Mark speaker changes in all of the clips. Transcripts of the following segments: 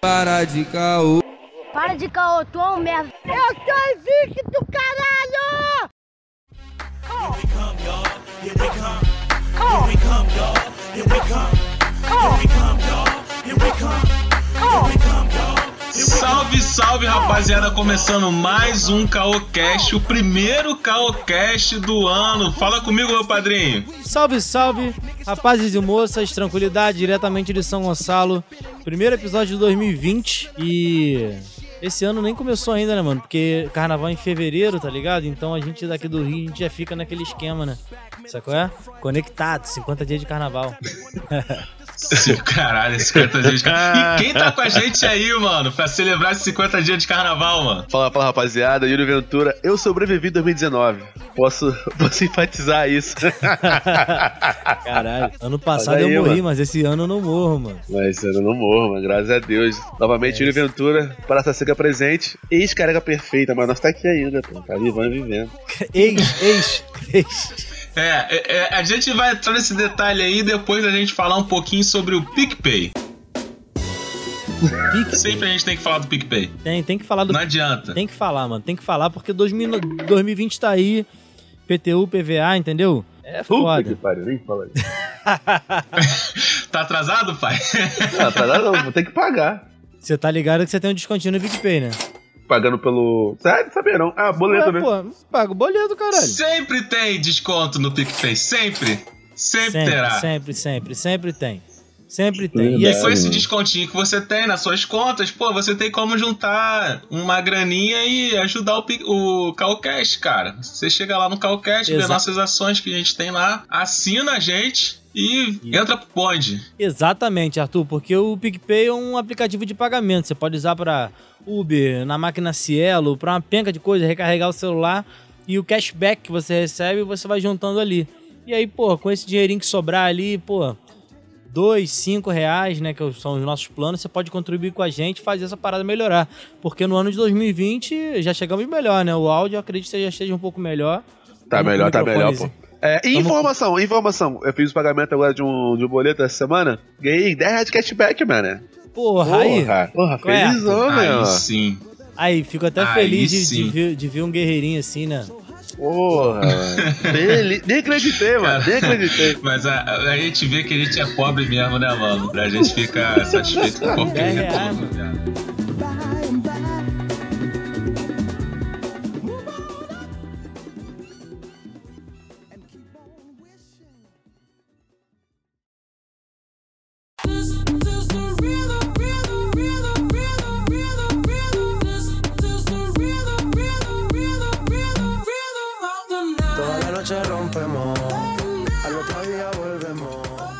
Speaker 1: Para de caô.
Speaker 2: Para de caô, tu é um merda. Eu sou invicto, caralho!
Speaker 3: Salve, salve, rapaziada! Começando mais um Caocast, o primeiro Caocast do ano. Fala comigo, meu padrinho.
Speaker 4: Salve, salve, rapazes e moças, tranquilidade diretamente de São Gonçalo. Primeiro episódio de 2020 e esse ano nem começou ainda, né, mano? Porque carnaval é em fevereiro, tá ligado? Então a gente daqui do Rio, a gente já fica naquele esquema, né? Sabe qual é? Conectado, 50 dias de carnaval.
Speaker 3: Sim, Caralho, 50 dias de carnaval. E quem tá com a gente aí, mano, pra celebrar esses 50 dias de carnaval, mano?
Speaker 5: Fala, fala rapaziada, Yuri Ventura, eu sobrevivi em 2019. Posso, posso enfatizar isso.
Speaker 4: Caralho, ano passado
Speaker 5: Olha aí,
Speaker 4: eu morri,
Speaker 5: mano.
Speaker 4: mas esse ano eu não morro, mano.
Speaker 5: Mas eu não morro, mano, graças a Deus. Novamente, Yuri Ventura, Praça Seca presente, ex-careca perfeita, mas nós tá aqui ainda, pô. Tá vivendo e vivendo.
Speaker 4: Ex, ex, ex.
Speaker 3: É, é, é, a gente vai entrar nesse detalhe aí depois a gente falar um pouquinho sobre o PicPay. Sempre a gente tem que falar do PicPay.
Speaker 4: Tem, tem que falar do
Speaker 3: Não adianta.
Speaker 4: Tem que falar, mano. Tem que falar, porque 2000 2020 tá aí. PTU, PVA, entendeu? É
Speaker 5: Puta que
Speaker 4: foda.
Speaker 5: pariu, nem fala isso.
Speaker 3: Tá atrasado, pai?
Speaker 5: Não, pra nada não, vou ter que pagar.
Speaker 4: Você tá ligado que você tem um descontinho no PicPay, né?
Speaker 5: Pagando pelo. Sabe, saberão. Ah, boleto,
Speaker 4: Ué,
Speaker 5: né?
Speaker 4: pô, paga o boleto, caralho.
Speaker 3: Sempre tem desconto no PicPay, sempre. Sempre, terá.
Speaker 4: sempre, sempre, sempre tem. Sempre tem. E
Speaker 5: Verdade.
Speaker 3: E
Speaker 4: assim,
Speaker 3: com esse
Speaker 5: mano.
Speaker 3: descontinho que você tem nas suas contas, pô, você tem como juntar uma graninha e ajudar o, Pi- o Calcash, cara. Você chega lá no Calcash, vê
Speaker 4: Exato.
Speaker 3: nossas ações que a gente tem lá, assina a gente e
Speaker 4: E-
Speaker 3: entra pro bonde.
Speaker 4: exatamente, Arthur, porque o PicPay é um aplicativo de pagamento. Você pode usar pra Uber, na máquina Cielo, pra uma penca de coisa, recarregar o celular. E o cashback que você recebe, você vai juntando ali. E aí, pô, com esse dinheirinho que sobrar ali, pô, dois, cinco reais, né, que são os nossos planos, você pode contribuir com a gente e fazer essa parada melhorar. Porque no ano de 2020 já chegamos melhor, né? O áudio, eu acredito que já esteja um pouco melhor. um
Speaker 5: Tá
Speaker 4: Tamo
Speaker 5: melhor,
Speaker 4: com
Speaker 5: tá
Speaker 4: o
Speaker 5: melhor, pô.
Speaker 4: microfone
Speaker 5: É, e
Speaker 4: Tamo-
Speaker 5: informação, informação. Eu fiz o pagamento agora de um, de um boleto essa semana. Ganhei 10 reais de cashback, mano.
Speaker 4: Porra, aí,
Speaker 5: Porra, porra,
Speaker 4: Qual é?
Speaker 5: felizão,
Speaker 3: Aí
Speaker 5: meu.
Speaker 3: sim.
Speaker 4: aí fico até
Speaker 3: Aí
Speaker 4: feliz de, de
Speaker 3: sim.
Speaker 4: ver, de ver um guerreirinho assim, né?
Speaker 5: Porra, mano. Dele- Nem acreditei, mano. Nem acreditei.
Speaker 3: Mas a, a gente vê que a gente é pobre mesmo, né, mano? Pra gente ficar satisfeito com qualquer
Speaker 4: 10 reais,
Speaker 3: retorno. né?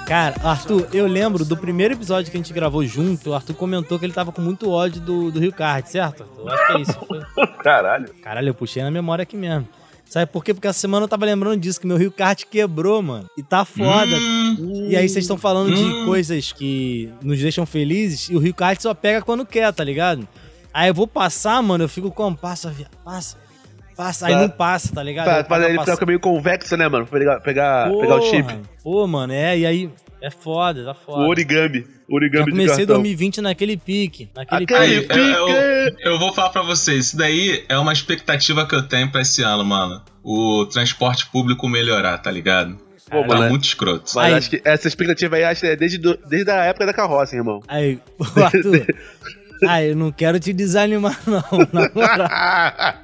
Speaker 4: Cara, Arthur, eu lembro do primeiro episódio que a gente gravou junto, o Arthur comentou que ele tava com muito ódio do, do Rio Card, certo? Arthur? Eu acho que é isso. Foi.
Speaker 5: Caralho.
Speaker 4: Caralho, eu puxei na memória aqui mesmo. Sabe por quê? Porque essa semana eu tava lembrando disso, que meu Rio Kart quebrou, mano. E tá foda.
Speaker 3: Hum,
Speaker 4: E aí vocês estão falando
Speaker 3: Hum.
Speaker 4: de coisas que nos deixam felizes e o Rio Kart só pega quando quer, tá ligado? Aí eu vou passar, mano, eu fico como? Passa, viado, passa, passa. Aí
Speaker 5: Tá.
Speaker 4: não passa, tá ligado?
Speaker 5: Tá,
Speaker 4: Eu
Speaker 5: pra
Speaker 4: tava
Speaker 5: ele
Speaker 4: passando.
Speaker 5: ficar meio convexo, né, mano? Pra pegar, pegar, pegar o chip.
Speaker 4: Pô, mano, é, e aí é foda, tá
Speaker 5: O
Speaker 4: foda.
Speaker 5: origami.
Speaker 4: Já
Speaker 5: Origami de
Speaker 4: comecei
Speaker 5: cartão.
Speaker 4: 2020 naquele pique, naquele
Speaker 5: Aquele
Speaker 3: Aí, eu- eu-
Speaker 5: pique.
Speaker 3: Eu vou falar pra vocês, isso daí é uma expectativa que eu tenho pra esse ano, mano. O transporte público melhorar, tá ligado?
Speaker 5: Pô,
Speaker 3: Tá
Speaker 5: mano,
Speaker 3: muito escroto.
Speaker 5: mas
Speaker 4: Aí.
Speaker 5: acho que essa expectativa aí acho que é desde, do- desde a época da carroça, irmão.
Speaker 4: Aí, ô, Arthur. Aí, eu não quero te desanimar, não, na moral. Ah,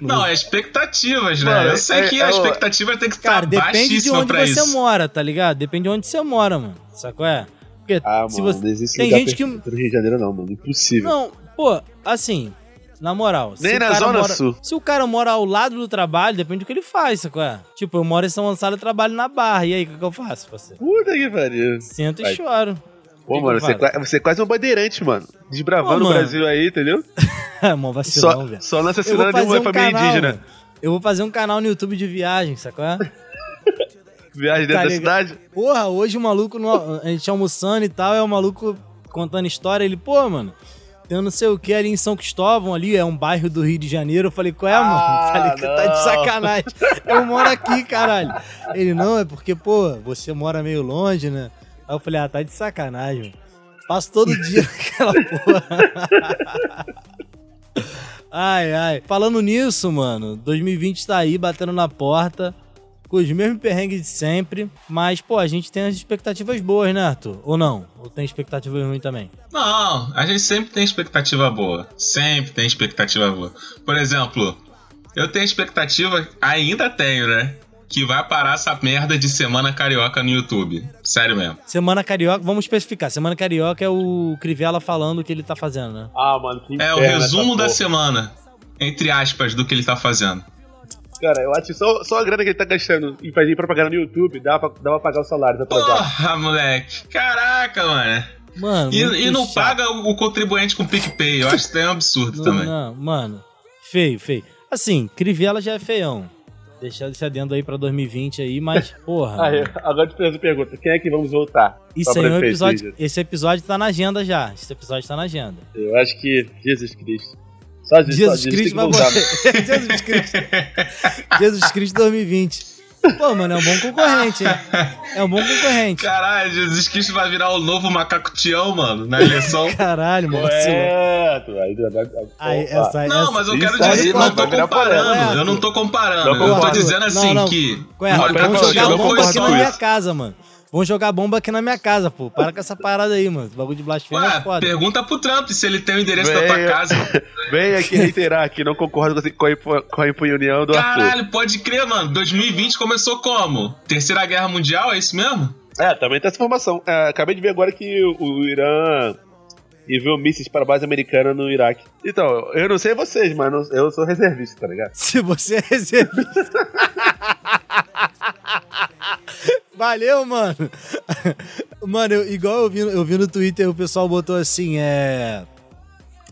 Speaker 3: Não, é expectativas, né?
Speaker 5: Mano,
Speaker 3: eu sei
Speaker 5: é-
Speaker 3: que
Speaker 5: é
Speaker 3: a
Speaker 5: o-
Speaker 3: expectativa tem que estar
Speaker 4: Cara, depende de
Speaker 3: baixíssima
Speaker 4: onde
Speaker 3: pra
Speaker 4: você
Speaker 3: isso.
Speaker 4: mora, tá ligado? Depende de onde você mora, mano. Sacou? É? Porque
Speaker 5: Ah,
Speaker 4: se
Speaker 5: mano,
Speaker 4: você.
Speaker 5: não existe
Speaker 4: tem
Speaker 5: lugar
Speaker 4: gente que-
Speaker 5: perfeito no Rio de Janeiro, não, mano. Impossível.
Speaker 4: Não, pô, assim, na moral.
Speaker 5: Nem
Speaker 4: o
Speaker 5: na
Speaker 4: cara
Speaker 5: Zona
Speaker 4: mora-
Speaker 5: Sul.
Speaker 4: Se o cara mora ao lado do trabalho, depende do que ele faz, sacou? É? Tipo, eu moro em São Gonçalo e trabalho na barra. E aí, o que, que eu faço, parceiro?
Speaker 5: Puta que pariu.
Speaker 4: Sento e
Speaker 5: Aí.
Speaker 4: choro.
Speaker 5: Pô,
Speaker 4: que
Speaker 5: mano,
Speaker 4: que
Speaker 5: você, é
Speaker 4: vale?
Speaker 5: qua- você é quase um bandeirante, mano. Desbravando
Speaker 4: Pô,
Speaker 5: o
Speaker 4: mano.
Speaker 5: Brasil aí, entendeu?
Speaker 4: Mó vacilão,
Speaker 5: Só,
Speaker 4: velho.
Speaker 5: só lança
Speaker 4: Eu vou
Speaker 5: sinal de
Speaker 4: fazer
Speaker 5: uma
Speaker 4: um
Speaker 5: família
Speaker 4: canal.
Speaker 5: indígena.
Speaker 4: Eu vou fazer um canal no YouTube de viagem, sacou? É?
Speaker 5: Viagem
Speaker 4: Tá
Speaker 5: dentro da
Speaker 4: ligado.
Speaker 5: cidade.
Speaker 4: Porra, hoje o maluco, no- a gente almoçando e tal, é o maluco contando história. Ele, pô, mano, tem um não sei o que ali em São Cristóvão, ali é um bairro do Rio de Janeiro. Eu falei, qual é, mano?
Speaker 5: Ah,
Speaker 4: Falei, que tá
Speaker 5: não.
Speaker 4: de sacanagem. Eu moro aqui, caralho. Ele, não, é porque, pô, você mora meio longe, né? Aí eu falei, ah, tá de sacanagem. Passo todo dia naquela porra. ai, ai. Falando nisso, mano, 2020 tá aí batendo na porta. Com os mesmos perrengues de sempre. Mas, pô, a gente tem as expectativas boas, né, Arthur? Ou não? Ou tem expectativas ruins também?
Speaker 3: Não, a gente sempre tem expectativa boa. Sempre tem expectativa boa. Por exemplo, eu tenho expectativa, ainda tenho, né? Que vai parar essa merda de Semana Carioca no YouTube. Sério mesmo.
Speaker 4: Semana Carioca, vamos especificar. Semana Carioca é o Crivella falando o que ele tá fazendo, né?
Speaker 5: Ah, mano, que
Speaker 3: É o
Speaker 5: inferno
Speaker 3: resumo
Speaker 5: essa
Speaker 3: da
Speaker 5: porra.
Speaker 3: semana, entre aspas, do que ele tá fazendo.
Speaker 5: Cara, eu acho que só, só a grana que ele tá gastando em fazer propaganda no YouTube dá pra, dá pra pagar os salários atrasados.
Speaker 3: Porra, moleque. Caraca, mano.
Speaker 4: Mano.
Speaker 3: E,
Speaker 4: muito
Speaker 3: e não
Speaker 4: chato.
Speaker 3: paga o o contribuinte com PicPay. Eu acho que tem um absurdo
Speaker 4: Não,
Speaker 3: também.
Speaker 4: não, mano. Feio, feio. Assim, Crivella já é feião. Deixar esse adendo aí pra 2020 aí, mas, porra.
Speaker 5: Ah, é. agora eu te fazer uma pergunta: quem é que vamos voltar?
Speaker 4: Isso
Speaker 5: Só
Speaker 4: aí é um
Speaker 5: prefeito,
Speaker 4: episódio.
Speaker 5: hein,
Speaker 4: Esse episódio tá na agenda já. Esse episódio tá na agenda.
Speaker 5: Eu acho que Jesus Cristo. Só Jesus, só
Speaker 4: Jesus Cristo vai
Speaker 5: tem que voltar.
Speaker 4: morrer. Jesus Cristo. Jesus Cristo 2020. Pô, mano, é um bom concorrente, hein? É um bom concorrente.
Speaker 3: Caralho, Jesus Cristo vai virar o novo macaco Tião, mano, na eleição.
Speaker 4: Caralho, mano. vacilou.
Speaker 5: Correto. Aí,
Speaker 4: Aí, essa,
Speaker 3: Não,
Speaker 4: essa-
Speaker 3: mas eu quero
Speaker 5: Isso aí,
Speaker 3: dizer,
Speaker 5: mano,
Speaker 3: não tô
Speaker 5: vai virar
Speaker 4: parada.
Speaker 3: comparando. Eu não tô comparando.
Speaker 5: Não
Speaker 3: Eu tô
Speaker 5: concordo.
Speaker 3: dizendo assim
Speaker 4: Não, não.
Speaker 3: que.
Speaker 4: Ué,
Speaker 3: Não, então
Speaker 5: Macaco
Speaker 4: é vamos jogar
Speaker 5: Tião, eu
Speaker 4: bomba
Speaker 5: concordo
Speaker 4: aqui na
Speaker 5: com
Speaker 3: é
Speaker 4: minha
Speaker 5: isso.
Speaker 4: casa, mano. Vão jogar bomba aqui na minha casa, pô. Para com essa parada aí, mano. Esse bagulho de blasfêmia é
Speaker 3: Ué,
Speaker 4: foda.
Speaker 3: pergunta pro Trump se ele tem o endereço da tua
Speaker 5: Velho.
Speaker 3: casa.
Speaker 5: Vem aqui reiterar que não concordo com a impu- com a impunhão do Arthur.
Speaker 3: Caralho, pode crer, mano. 2020 começou como? Terceira Guerra Mundial, é isso mesmo?
Speaker 5: É, também tem essa informação. É, acabei de ver agora que o, o Irã enviou mísseis para a base americana no Iraque. Então, eu não sei vocês, mas não- eu sou reservista, tá ligado?
Speaker 4: Se você é receber. Valeu, mano. Mano, eu- igual eu vi, eu vi no Twitter, o pessoal botou assim, é.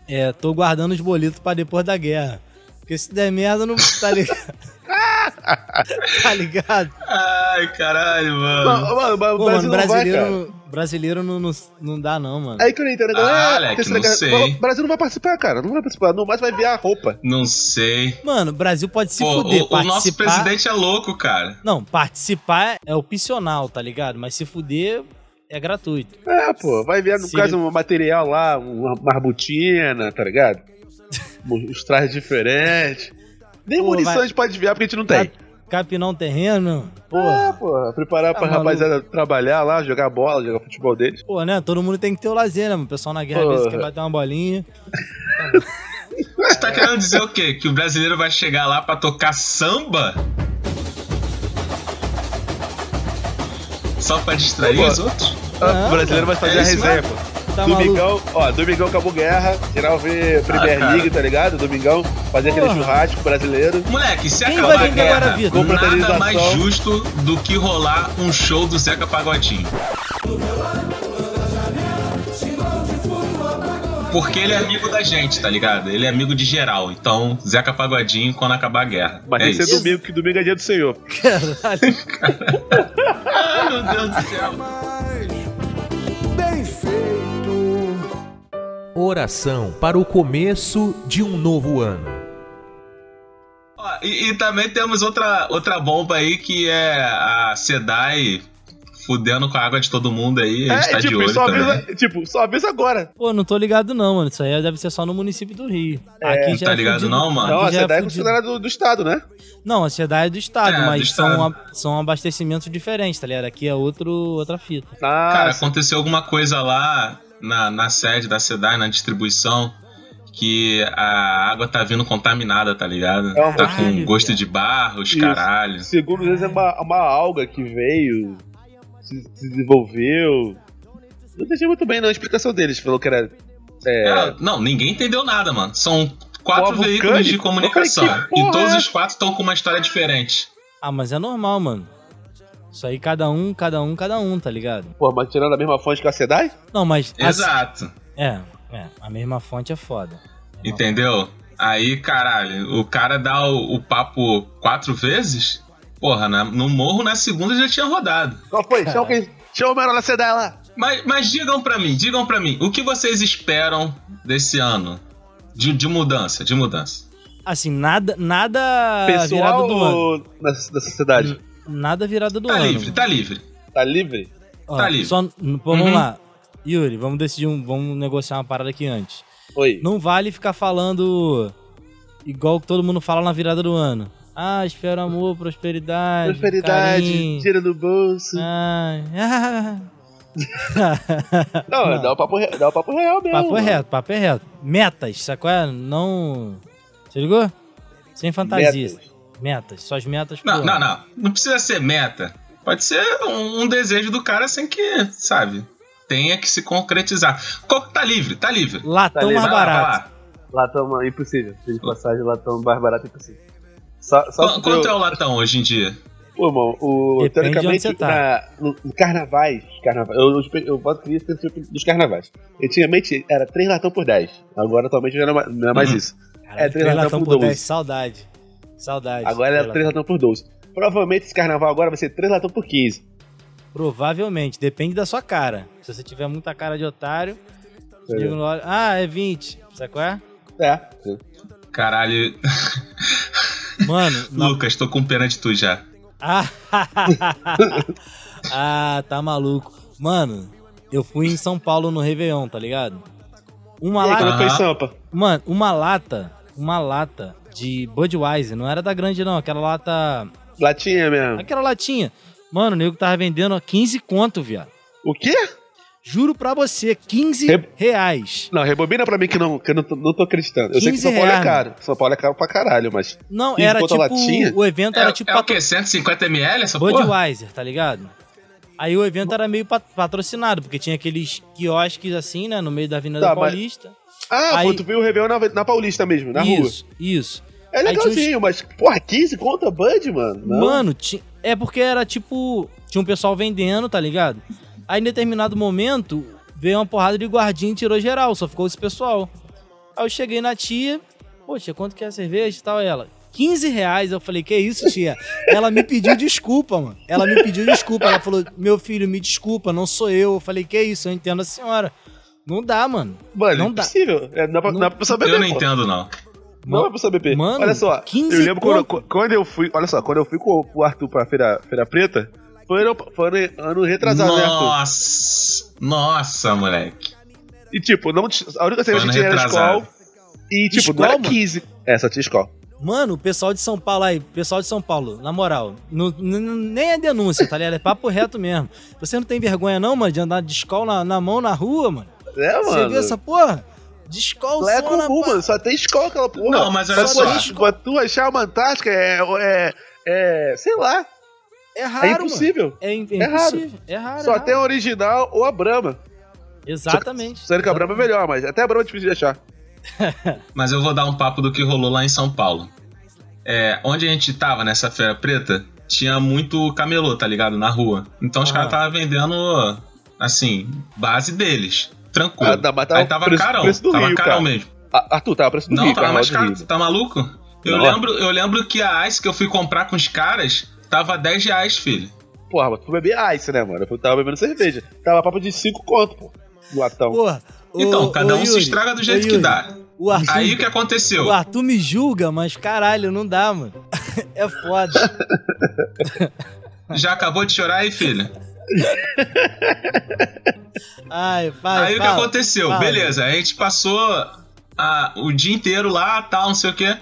Speaker 4: É, tô guardando os boletos pra depois da guerra. Porque se der merda, não tá ligado. tá ligado?
Speaker 3: Ai, caralho, mano.
Speaker 5: Mano, mano, mas o
Speaker 4: Pô,
Speaker 5: Brasil
Speaker 4: mano,
Speaker 5: não vai,
Speaker 4: brasileiro,
Speaker 5: cara.
Speaker 4: não- brasileiro não, não, não dá, não, mano.
Speaker 5: Aí que eu não entendo, galera.
Speaker 3: Ah,
Speaker 5: é,
Speaker 3: Alec,
Speaker 5: terceira
Speaker 3: não
Speaker 5: guerra-
Speaker 3: sei.
Speaker 5: O Brasil não vai participar, cara. Não vai participar. No mais vai enviar a roupa.
Speaker 3: Não sei.
Speaker 4: Mano, o Brasil pode se
Speaker 3: Pô,
Speaker 4: fuder.
Speaker 3: o, o nosso
Speaker 4: participar-
Speaker 3: presidente é louco, cara.
Speaker 4: Não, participar é opcional, tá ligado? Mas se fuder é gratuito.
Speaker 5: É, pô. Vai enviar, no
Speaker 4: Sim.
Speaker 5: caso, um material lá, uma marbutina, tá ligado? Uns trajes diferentes. Nem
Speaker 4: Pô,
Speaker 5: munições
Speaker 4: vai-
Speaker 5: pode enviar porque a gente não tem.
Speaker 4: Capinar um terreno,
Speaker 5: É,
Speaker 4: porra.
Speaker 5: pô. Preparar
Speaker 4: Tá
Speaker 5: pra
Speaker 4: maluco.
Speaker 5: rapaziada trabalhar lá, jogar bola, jogar futebol deles.
Speaker 4: Pô, né? Todo mundo tem que ter o lazer, né? mano? O pessoal na guerra às vezes
Speaker 5: Porra.
Speaker 4: quer bater uma bolinha.
Speaker 3: Você tá querendo dizer o quê? Que o brasileiro vai chegar lá pra tocar samba? Só pra distrair
Speaker 5: Pô.
Speaker 3: os outros?
Speaker 5: Ah, o brasileiro vai fazer
Speaker 3: é
Speaker 5: a
Speaker 3: isso
Speaker 5: resenha, pô.
Speaker 4: Tá maluco?
Speaker 5: Domingão, ó, Domingão acabou guerra, geral vê Premier
Speaker 3: Ah, cara.
Speaker 5: League, tá ligado? Domingão, fazer aquele
Speaker 4: Porra.
Speaker 5: churrasco brasileiro.
Speaker 3: Moleque, se
Speaker 4: Quem
Speaker 3: acabar
Speaker 4: vai
Speaker 3: a
Speaker 4: vender
Speaker 3: guerra,
Speaker 4: Guaravita?
Speaker 3: nada
Speaker 5: Completarização.
Speaker 3: mais justo do que rolar um show do Zeca Pagodinho. Porque ele é amigo da gente, tá ligado? Ele é amigo de geral. Então, Zeca Pagodinho quando acabar a guerra.
Speaker 5: Mas
Speaker 3: é
Speaker 5: tem que ser
Speaker 3: isso.
Speaker 5: domingo, que domingo é dia do Senhor.
Speaker 4: Caralho.
Speaker 3: Ai, Ah, meu Deus do céu.
Speaker 1: Oração para o começo de um novo ano.
Speaker 3: Ó, E, e também temos outra, outra bomba aí que é a Sedai fudendo com a água de todo mundo aí. A gente tá de
Speaker 5: tipo,
Speaker 3: olho
Speaker 5: só
Speaker 3: também.
Speaker 5: avisa, tipo, só avisa agora.
Speaker 4: Pô, não tô ligado não, mano. Isso aí deve ser só no município do Rio. Aqui
Speaker 3: Não tá ligado
Speaker 4: fudido.
Speaker 3: não, mano?
Speaker 5: Não, a
Speaker 4: já é
Speaker 5: CEDAI é
Speaker 4: fudido.
Speaker 5: funcionária do, do Estado, né?
Speaker 4: Não, a cidade é do estado,
Speaker 3: É, do
Speaker 4: mas São,
Speaker 3: estado.
Speaker 4: a- são abastecimentos diferentes, tá ligado? Aqui é outro, outra fita.
Speaker 5: Ah,
Speaker 3: Cara, aconteceu alguma coisa lá na, na sede da SEDAI, na distribuição, que a água tá vindo contaminada, tá ligado?
Speaker 5: É uma-
Speaker 3: Tá com
Speaker 4: Caralho,
Speaker 3: gosto
Speaker 4: viado.
Speaker 3: de barro, os
Speaker 5: Isso.
Speaker 3: caralho.
Speaker 5: segundo eles, é uma, uma alga que veio, se, se desenvolveu. Não entendi muito bem, não, a explicação deles. Falou que era. É,
Speaker 3: É, não, ninguém entendeu nada, mano. São quatro
Speaker 5: Povo
Speaker 3: veículos
Speaker 5: vulcânico?
Speaker 3: de
Speaker 5: Eu falei,
Speaker 3: comunicação.
Speaker 5: que porra
Speaker 3: E todos
Speaker 5: é
Speaker 3: os quatro estão com uma história diferente.
Speaker 4: Ah, mas é normal, mano. Isso aí cada um, cada um, cada um, tá ligado?
Speaker 5: Pô, mas tirando a mesma fonte que a CEDAI?
Speaker 4: Não, mas... a-
Speaker 3: Exato.
Speaker 4: É, é. A mesma fonte é foda.
Speaker 3: Entendeu? Aí, caralho, o cara dá o, o papo quatro vezes? Porra, na- no morro na segunda já tinha rodado.
Speaker 5: Qual foi? Chama, quem, chama o mero da CEDAI lá.
Speaker 3: Mas, mas digam pra mim, digam pra mim, o que vocês esperam desse ano? De, de mudança, de mudança.
Speaker 4: Assim, nada, nada Ah, virado
Speaker 5: Pessoal
Speaker 4: do ano. Hum.
Speaker 5: do- da, da sociedade.
Speaker 4: Nada virado do
Speaker 3: Tá
Speaker 4: ano.
Speaker 3: livre, tá livre.
Speaker 5: Tá livre?
Speaker 4: Ó,
Speaker 3: tá livre.
Speaker 4: Só, n- pô, vamos
Speaker 3: Uhum.
Speaker 4: lá. Yuri, vamos decidir, um, vamos negociar uma parada aqui antes.
Speaker 5: Oi.
Speaker 4: Não vale ficar falando igual que todo mundo fala na virada do ano. Ah, espero amor, prosperidade.
Speaker 5: Prosperidade,
Speaker 4: carinho.
Speaker 5: tira no bolso.
Speaker 4: Ai, ah.
Speaker 5: Não, Dá, o papo, re- dá o papo real mesmo.
Speaker 4: É, Papo é
Speaker 5: mano.
Speaker 4: reto, papo é reto. Metas, sacou? É? Não. Você ligou? Sem fantasias. Metas.
Speaker 5: Metas.
Speaker 4: Só as metas.
Speaker 3: Não,
Speaker 4: pô.
Speaker 3: não, não. Não precisa ser meta. Pode ser um, um desejo do cara sem que, sabe, tenha que se concretizar. Co- Tá livre, tá livre.
Speaker 4: Latão
Speaker 5: Tá
Speaker 4: é mais
Speaker 3: Vai lá, vai
Speaker 4: barato.
Speaker 3: lá.
Speaker 5: Latão mano, impossível. De passagem, latão mais barato impossível. Só, só
Speaker 3: Qu-
Speaker 5: se
Speaker 3: Quanto
Speaker 5: eu-
Speaker 3: é o latão hoje em dia?
Speaker 5: Pô, irmão, o,
Speaker 4: Depende de onde
Speaker 5: teoricamente,
Speaker 4: você tá.
Speaker 5: na- no, no carnavais, carnavais, eu, eu, espe- eu boto que isso tem sempre dos carnavais. Antigamente era 3 latão por 10. Agora atualmente já não é mais, não é mais
Speaker 3: Uhum.
Speaker 5: isso.
Speaker 4: Caralho,
Speaker 5: É, três latão por
Speaker 4: 10,
Speaker 5: 12.
Speaker 4: Saudade. Saudade.
Speaker 5: Agora
Speaker 4: Três
Speaker 5: é 3 latão por 12. Provavelmente esse carnaval agora vai ser 3 latão por 15.
Speaker 4: Provavelmente, depende da sua cara. Se você tiver muita cara de otário,
Speaker 5: É.
Speaker 4: digo no olho, ah, é 20. Sabe qual é?
Speaker 5: É.
Speaker 3: Caralho,
Speaker 4: Mano, na-
Speaker 3: Lucas, tô com pena de tu já.
Speaker 4: ah, ah, tá maluco. Mano, eu fui em São Paulo no Réveillon, tá ligado? Uma
Speaker 5: E aí,
Speaker 4: lata,
Speaker 5: quando foi
Speaker 3: Aham.
Speaker 5: sampa?
Speaker 4: mano, uma lata, uma lata de Budweiser, não era da grande não, aquela lata,
Speaker 5: Latinha mesmo.
Speaker 4: aquela latinha. Mano, o nego tava vendendo a 15 conto, viado.
Speaker 5: O quê?
Speaker 4: Juro pra você, 15
Speaker 5: Rep-
Speaker 4: reais.
Speaker 5: Não, rebobina pra mim que, não, que eu não tô, não tô acreditando. Eu sei que
Speaker 4: 15
Speaker 5: São Paulo é
Speaker 4: reais,
Speaker 5: caro. São Paulo é caro pra caralho, mas.
Speaker 4: Não,
Speaker 5: E
Speaker 4: era
Speaker 5: bota
Speaker 4: tipo.
Speaker 5: latinha?
Speaker 4: O evento
Speaker 3: É,
Speaker 4: era tipo
Speaker 3: é o quê? 150ml essa
Speaker 4: patro-
Speaker 3: porra?
Speaker 4: Budweiser, tá ligado? Aí o evento era meio pat- patrocinado, porque tinha aqueles quiosques assim, né? No meio da Avenida
Speaker 5: Tá, mas-
Speaker 4: Paulista.
Speaker 5: Ah,
Speaker 4: Aí-
Speaker 5: pô, tu viu o Réveillon na, na Paulista mesmo, na rua.
Speaker 4: isso, isso.
Speaker 5: É
Speaker 4: Aí tinha
Speaker 5: legalzinho, mas, porra, 15 conta Bud, mano? Não.
Speaker 4: Mano, ti- é porque era tipo. Tinha um pessoal vendendo, tá ligado? Aí em determinado momento, veio uma porrada de guardinha e tirou geral, só ficou esse pessoal. Aí eu cheguei na tia, poxa, quanto que é a cerveja e tal? Ela, 15 reais. Eu falei, que isso, tia? Ela me pediu desculpa, mano. Ela me pediu desculpa. Ela falou, meu filho, me desculpa, não sou eu. Eu falei, que isso, eu entendo a senhora. Não dá, mano.
Speaker 5: Mano,
Speaker 4: não dá.
Speaker 5: impossível. É, não, dá pra,
Speaker 4: Não-
Speaker 5: não dá pra pessoa beber.
Speaker 3: Eu não
Speaker 5: pô.
Speaker 3: entendo, não.
Speaker 5: Não dá pra pessoa beber.
Speaker 4: Mano,
Speaker 5: olha só,
Speaker 4: 15
Speaker 5: eu lembro quando,
Speaker 4: conto.
Speaker 5: quando eu fui. Olha só, quando eu fui com o Arthur pra Feira, feira Preta, foi ano, foi ano, ano retrasado, né, Arthur?
Speaker 3: Nossa, nossa, moleque.
Speaker 5: E tipo, não, ti- a única cerveja
Speaker 3: ano
Speaker 5: que tinha era
Speaker 3: retrasado.
Speaker 5: Skol. E tipo,
Speaker 4: Skol,
Speaker 5: não era
Speaker 4: mano?
Speaker 5: 15. É, só tinha Skol.
Speaker 4: Mano, o pessoal de São Paulo aí, pessoal de São Paulo, na moral, não- n- n- nem é denúncia, tá ligado? É papo reto mesmo. Você não tem vergonha não, mano, de andar de escola na, na mão na rua, mano?
Speaker 5: É, mano.
Speaker 4: Você viu essa porra? De escola
Speaker 5: Não é
Speaker 4: só na
Speaker 5: comum,
Speaker 4: pa-
Speaker 5: mano. Só tem Skol aquela porra.
Speaker 3: Não, mas olha
Speaker 5: Pô,
Speaker 3: só.
Speaker 5: gente, Quando tu achar uma Antártica, é. é, é sei lá.
Speaker 4: É
Speaker 5: É
Speaker 4: raro, mano.
Speaker 5: impossível.
Speaker 4: É, im- é
Speaker 5: É raro.
Speaker 4: impossível. É raro. é
Speaker 5: Só
Speaker 4: raro.
Speaker 5: tem um- a original ou a Brahma.
Speaker 4: Exatamente.
Speaker 5: Sendo que a Brahma é melhor, mas até a Brahma é difícil de achar.
Speaker 3: Mas eu vou dar um papo do que rolou lá em São Paulo. É, onde a gente tava nessa feira preta, tinha muito camelô, tá ligado? Na rua. Então os
Speaker 4: Ah.
Speaker 3: caras tava vendendo, assim, base deles. Tranquilo.
Speaker 5: Ah, não, mas tava
Speaker 3: Aí tava
Speaker 5: preço-
Speaker 3: carão.
Speaker 5: preço do
Speaker 3: tava
Speaker 5: Rio,
Speaker 3: carão
Speaker 5: cara.
Speaker 3: mesmo.
Speaker 5: Ah, Arthur, tá, preço do
Speaker 3: Não,
Speaker 5: Rio,
Speaker 3: tava mais
Speaker 5: Carnaval
Speaker 3: caro,
Speaker 5: do Rio.
Speaker 3: tá maluco? Eu
Speaker 5: Não.
Speaker 3: lembro, eu lembro que a Ice que eu fui comprar com os caras tava 10 reais, filho.
Speaker 5: Porra, mas tu bebia ice, né, mano? Eu tava bebendo cerveja. Tava papo de 5 conto, pô. Um Latão.
Speaker 4: Porra. ô-
Speaker 3: Então, cada
Speaker 4: ô,
Speaker 3: um se
Speaker 4: Yuri,
Speaker 3: estraga do
Speaker 4: ô,
Speaker 3: jeito que
Speaker 4: Yuri,
Speaker 3: dá.
Speaker 4: O Arthur,
Speaker 3: Aí o que aconteceu?
Speaker 4: o Arthur me julga, mas caralho, não dá, mano. é foda.
Speaker 3: Já acabou de chorar aí, filho?
Speaker 4: Ai, vai,
Speaker 3: aí o que
Speaker 4: fala.
Speaker 3: aconteceu?
Speaker 4: fala.
Speaker 3: Beleza, aí a gente passou a- o dia inteiro lá, tal, não sei o quê.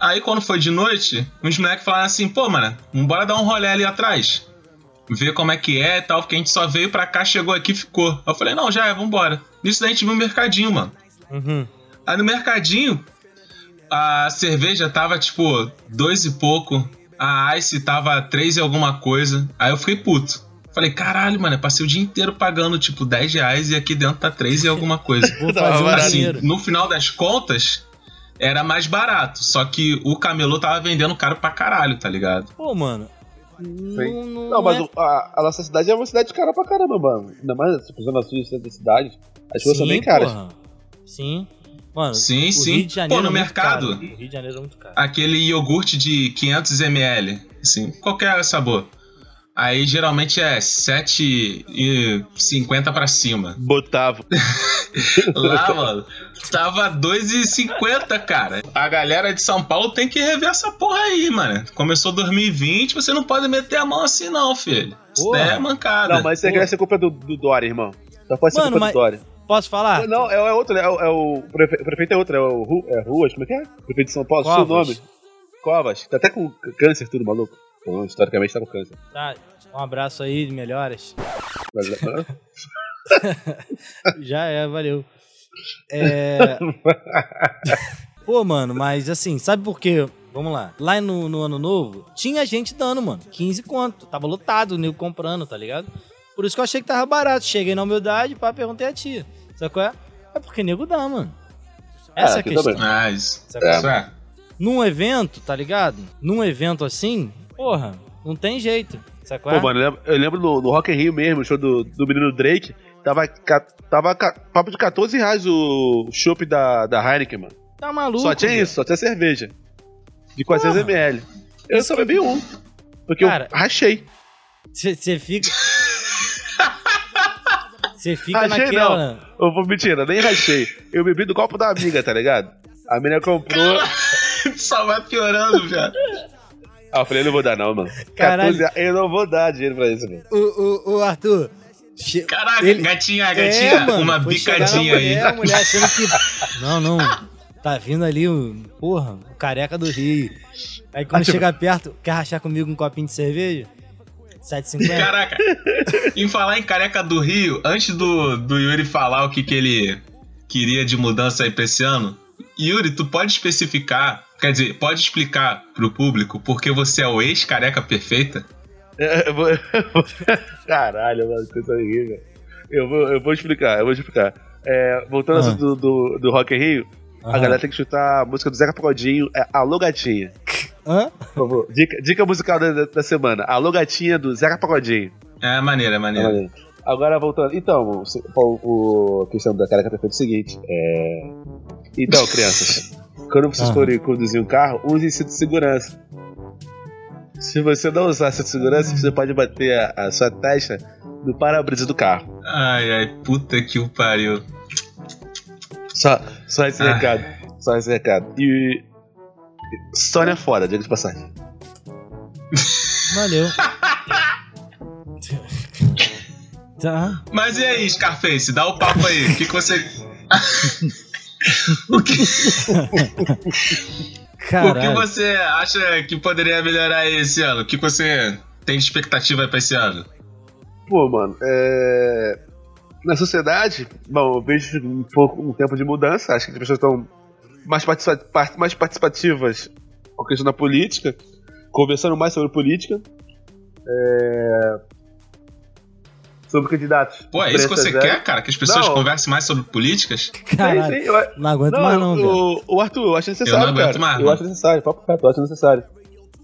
Speaker 3: Aí quando foi de noite, uns moleques falaram assim, pô, mano, bora dar um rolê ali atrás. Ver como é que é e tal, porque a gente só veio pra cá, chegou aqui e ficou. Eu falei, não, já é, vambora. Nisso daí a gente viu um mercadinho, mano.
Speaker 4: Uhum.
Speaker 3: Aí no mercadinho, a cerveja tava tipo dois e pouco, a Ice tava três e alguma coisa. Aí eu fiquei puto. Falei, caralho, mano, eu passei o dia inteiro pagando tipo 10 reais e aqui dentro tá três e alguma coisa.
Speaker 4: Vou
Speaker 5: Não,
Speaker 4: fazer um
Speaker 5: mas
Speaker 3: assim,
Speaker 4: dinheiro.
Speaker 3: no final das contas, era mais barato. Só que o camelô tava vendendo caro pra caralho, tá ligado?
Speaker 4: Pô, mano. Não, não,
Speaker 5: Não, mas
Speaker 4: é-
Speaker 5: o- a, a nossa cidade é uma cidade cara pra caramba, mano. Ainda mais, tipo, zona sul e centro da cidade. As coisas são bem caras.
Speaker 4: porra. Sim. Mano,
Speaker 3: Sim,
Speaker 4: o
Speaker 3: sim.
Speaker 4: Rio de
Speaker 3: Pô,
Speaker 4: Janeiro
Speaker 3: no
Speaker 4: é muito
Speaker 3: mercado.
Speaker 4: caro. O Rio de Janeiro é muito caro.
Speaker 3: Aquele iogurte de 500ml, assim, qualquer sabor. Aí geralmente é 7,50 pra cima.
Speaker 5: Botava.
Speaker 3: Lá, mano, tava 2,50, cara. A galera de São Paulo tem que rever essa porra aí, mano. Começou 2020, você não pode meter a mão assim, não, filho. Isso
Speaker 4: Porra.
Speaker 3: daí é mancada.
Speaker 5: Não, mas isso aí
Speaker 4: Pô.
Speaker 5: deve ser culpa do, do Dória, irmão. Só pode ser
Speaker 4: Mano,
Speaker 5: culpa do
Speaker 4: mas-
Speaker 5: Dória.
Speaker 4: Posso falar?
Speaker 5: Não, é, é outro, né? É, o- é o, o prefe- o prefeito é outro, é o Ru, é Ruas, como é que é? Prefeito de São Paulo, esqueci o
Speaker 4: Covas.
Speaker 5: nome. Covas, que tá até com c- câncer tudo, maluco. Então, historicamente tá com câncer.
Speaker 4: Tá, um abraço aí, melhoras.
Speaker 5: Mas, é,
Speaker 4: Já é, valeu. É... Pô, mano, mas assim, sabe por quê? Vamos lá. Lá no, no ano novo, tinha gente dando, mano. 15 conto. Tava lotado, o nego comprando, tá ligado? Por isso que eu achei que tava barato. Cheguei na humildade, pá, perguntei a tia. Sabe qual é? É porque nego dá, mano. Essa é a
Speaker 5: aqui
Speaker 4: questão.
Speaker 5: também.
Speaker 3: Ah, isso.
Speaker 4: Sabe qual é?
Speaker 3: Isso é.
Speaker 4: Num evento, tá ligado? Num evento assim, porra, não tem jeito. Sabe qual é?
Speaker 5: Pô, mano, eu lembro, eu lembro do, do Rock in Rio mesmo, o show do, do menino Drake. Tava, ca- tava ca- papo de 14 reais o chopp da, da Heineken, mano.
Speaker 4: Tá maluco.
Speaker 5: só tinha
Speaker 4: velho.
Speaker 5: isso, só tinha cerveja. De 400
Speaker 4: Porra.
Speaker 5: ml. Eu só bebi um. Porque
Speaker 4: Cara.
Speaker 5: eu rachei.
Speaker 4: Você fica. Você fica
Speaker 5: Achei
Speaker 4: naquela.
Speaker 5: Eu vou mentira, nem rachei. Eu bebi do copo da amiga, tá ligado? A menina comprou.
Speaker 3: Só vai piorando, viado.
Speaker 5: Ah, eu falei, eu não vou dar, não, mano.
Speaker 4: Caralho.
Speaker 5: 14 reais, eu não vou dar dinheiro pra isso, velho.
Speaker 4: O, o, o Arthur. che-
Speaker 3: Caraca,
Speaker 4: Ele-
Speaker 3: gatinha,
Speaker 4: É,
Speaker 3: gatinha,
Speaker 4: mano,
Speaker 3: uma
Speaker 4: foi chegar na
Speaker 3: bicadinha aí.
Speaker 4: mulher, A mulher achando que. Não, não. Tá vindo ali o. Porra, o careca do Rio. Aí
Speaker 5: Ah,
Speaker 4: quando
Speaker 5: tipo-
Speaker 4: chega perto, quer rachar comigo um copinho de cerveja? 7,50?
Speaker 3: Caraca, em falar em careca do Rio, antes do, do Yuri falar o que, que ele queria de mudança aí pra esse ano, Yuri, tu pode especificar, quer dizer, pode explicar pro público porque você é o ex-careca perfeita?
Speaker 5: Eu vou- Caralho, mano, que coisa horrível. Eu vou, eu vou explicar, eu vou explicar. É, voltando ao
Speaker 4: Ah.
Speaker 5: assunto do, do, do Rock in Rio, a
Speaker 4: Aham.
Speaker 5: galera tem que chutar a música do Zeca Pagodinho, é Alô Gatinha.
Speaker 4: Hã?
Speaker 5: Por favor, dica, dica musical da, da- da semana, Alô Gatinha do Zeca Pagodinho.
Speaker 3: É maneiro, é
Speaker 5: Tá
Speaker 3: maneiro.
Speaker 5: maneiro? Agora voltando, então, se- Paulo, o, a questão da careca perfeita é o seguinte, é... Então, crianças, quando vocês
Speaker 3: Ah.
Speaker 4: Aham.
Speaker 5: forem conduzir um carro, usem cinto de segurança. Se você não usar cinto de segurança, você pode bater a, a sua testa no para-brisa do carro.
Speaker 3: Ai, ai, puta que o pariu.
Speaker 5: Só, só esse
Speaker 3: Ah.
Speaker 5: recado. Só esse recado. E. Sônia fora, diga de passagem.
Speaker 4: Valeu. tá.
Speaker 3: Mas e aí, Scarface, dá o papo aí. O que, que você. o que, o que
Speaker 4: Caralho.
Speaker 3: você acha que poderia melhorar aí esse ano? O que que você tem de expectativa aí pra esse ano?
Speaker 5: Pô, mano, é. Na sociedade, bom, eu vejo um pouco um tempo de mudança. Acho que as pessoas estão mais, participa- par- mais participativas com a questão da política, conversando mais sobre política. é, Sobre candidatos.
Speaker 3: Pô, é isso que
Speaker 5: Pretas,
Speaker 3: você
Speaker 5: é.
Speaker 3: quer, cara? Que as pessoas
Speaker 5: Não.
Speaker 3: conversem mais sobre políticas?
Speaker 4: Caralho.
Speaker 5: Sim, sim, eu-
Speaker 4: Não aguento
Speaker 5: Não,
Speaker 4: mais, não,
Speaker 5: eu-
Speaker 4: velho.
Speaker 5: o, o Arthur, eu acho necessário.
Speaker 3: Eu não aguento
Speaker 5: cara.
Speaker 3: mais,
Speaker 5: Eu
Speaker 3: não.
Speaker 5: acho necessário, papo reto, eu acho necessário.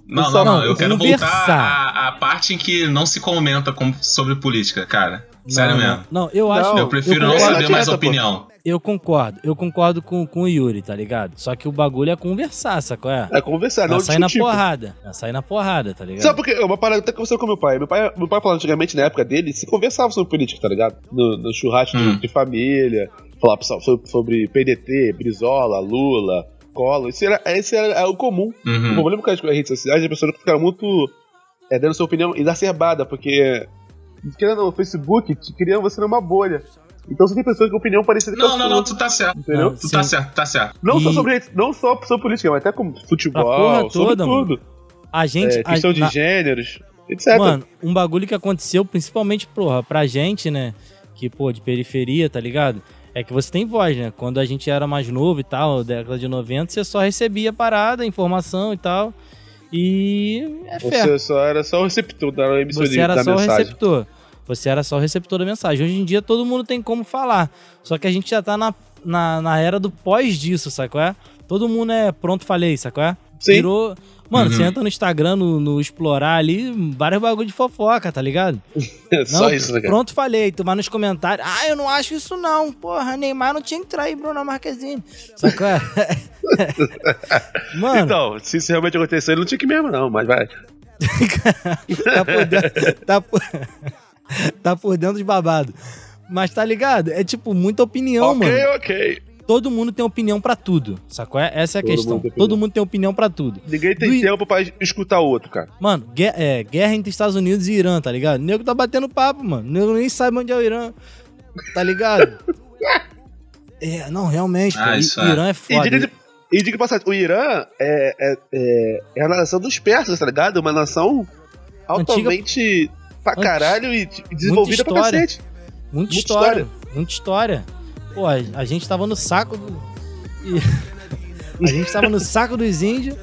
Speaker 3: Não,
Speaker 5: Isso,
Speaker 3: não, não.
Speaker 4: não,
Speaker 3: Eu quero
Speaker 4: conversar.
Speaker 3: voltar à, à parte em que não se comenta com- sobre política, cara. Sério
Speaker 4: não,
Speaker 3: mesmo.
Speaker 4: Não, eu acho.
Speaker 5: Não,
Speaker 3: Eu prefiro
Speaker 4: eu
Speaker 3: não
Speaker 4: concordo,
Speaker 3: saber mais
Speaker 5: direto, pô.
Speaker 3: opinião.
Speaker 4: eu concordo. Eu concordo com, com o Yuri, tá ligado? Só que o bagulho é conversar, sacou? É,
Speaker 5: É conversar, não
Speaker 4: é sair na
Speaker 5: discutir. pô.
Speaker 4: porrada. É sair na porrada, tá ligado?
Speaker 5: Sabe por quê? É Uma parada que eu até conversando com meu pai. Meu pai, meu pai falava antigamente, na época dele, se conversava sobre política, tá ligado? No, no churrasco
Speaker 3: Hum.
Speaker 5: de família, falava so- sobre, sobre PDT, Brizola, Lula, Collor. Isso era, esse era, era o comum. O
Speaker 3: Uhum.
Speaker 5: problema com as redes sociais é a pessoa ficar muito é, dando sua opinião exacerbada, porque querendo ou não, o Facebook te cria você numa bolha. Então você tem pessoas com opinião parecida com a
Speaker 3: Não,
Speaker 5: sua.
Speaker 3: não, não, tu tá certo.
Speaker 5: Entendeu?
Speaker 4: Não,
Speaker 3: Tu tá
Speaker 4: sim.
Speaker 3: certo, tá certo.
Speaker 5: Não só
Speaker 4: E-
Speaker 5: sobre não só sobre política, mas até como futebol,
Speaker 4: A porra
Speaker 5: sobre
Speaker 4: toda,
Speaker 5: tudo.
Speaker 4: A gente.
Speaker 5: É, questão
Speaker 4: a-
Speaker 5: de
Speaker 4: na-
Speaker 5: gêneros, etc.
Speaker 4: Mano, um bagulho que aconteceu, principalmente, porra, pra gente, né? Que, pô, de periferia, tá ligado? É que você tem voz, né? Quando a gente era mais novo e tal, década de 90, você só recebia a parada, a informação e tal. E é fé.
Speaker 5: você só era só o receptor da emissora
Speaker 4: Você
Speaker 5: de-
Speaker 4: era
Speaker 5: da
Speaker 4: só o
Speaker 5: mensagem.
Speaker 4: receptor. Você era só o receptor da mensagem. Hoje em dia todo mundo tem como falar. Só que a gente já tá na, na, na era do pós disso, sacou? É? Todo mundo é pronto, falei, sacou? É?
Speaker 5: Sim.
Speaker 4: Virou. Mano,
Speaker 3: Uhum.
Speaker 4: você entra no Instagram, no, no explorar ali, vários bagulho de fofoca, tá ligado?
Speaker 5: só isso, né, cara?
Speaker 4: Pronto, falei. Tu vai nos comentários. Ah, eu não acho isso não. Porra, Neymar não tinha que trair Bruno Marquezine. Sacou? É? Mano,
Speaker 5: Então, se isso realmente aconteceu, ele não tinha que mesmo, não, mas vai.
Speaker 4: tá por dentro, tá por, tá por dentro de babado. Mas tá ligado? É tipo muita opinião,
Speaker 5: ok,
Speaker 4: mano.
Speaker 5: ok.
Speaker 4: Todo mundo tem opinião pra tudo. Sacou? É- Essa é a
Speaker 5: Todo
Speaker 4: questão.
Speaker 5: mundo tem opinião.
Speaker 4: Todo mundo tem opinião pra tudo.
Speaker 5: Ninguém tem
Speaker 4: Do-
Speaker 5: tempo pra escutar o outro, cara.
Speaker 4: Mano, gue- é, guerra entre Estados Unidos e Irã, tá ligado? O nego tá batendo papo, mano. O nego nem sabe onde é o Irã. Tá ligado? é, não, realmente,
Speaker 3: Ah,
Speaker 4: pô,
Speaker 3: isso
Speaker 4: I-
Speaker 3: é.
Speaker 4: Irã é
Speaker 5: E
Speaker 4: foda.
Speaker 5: diga, de, e diga de passagem, o Irã é, é, é, é a nação dos persas, tá ligado? Uma nação altamente pra
Speaker 4: Antes-
Speaker 5: caralho e de- desenvolvida pra
Speaker 4: história.
Speaker 5: cacete.
Speaker 4: Muita
Speaker 5: Muita
Speaker 4: história, muita história. Pô, a, a gente tava no saco do. e- a gente tava no saco dos índios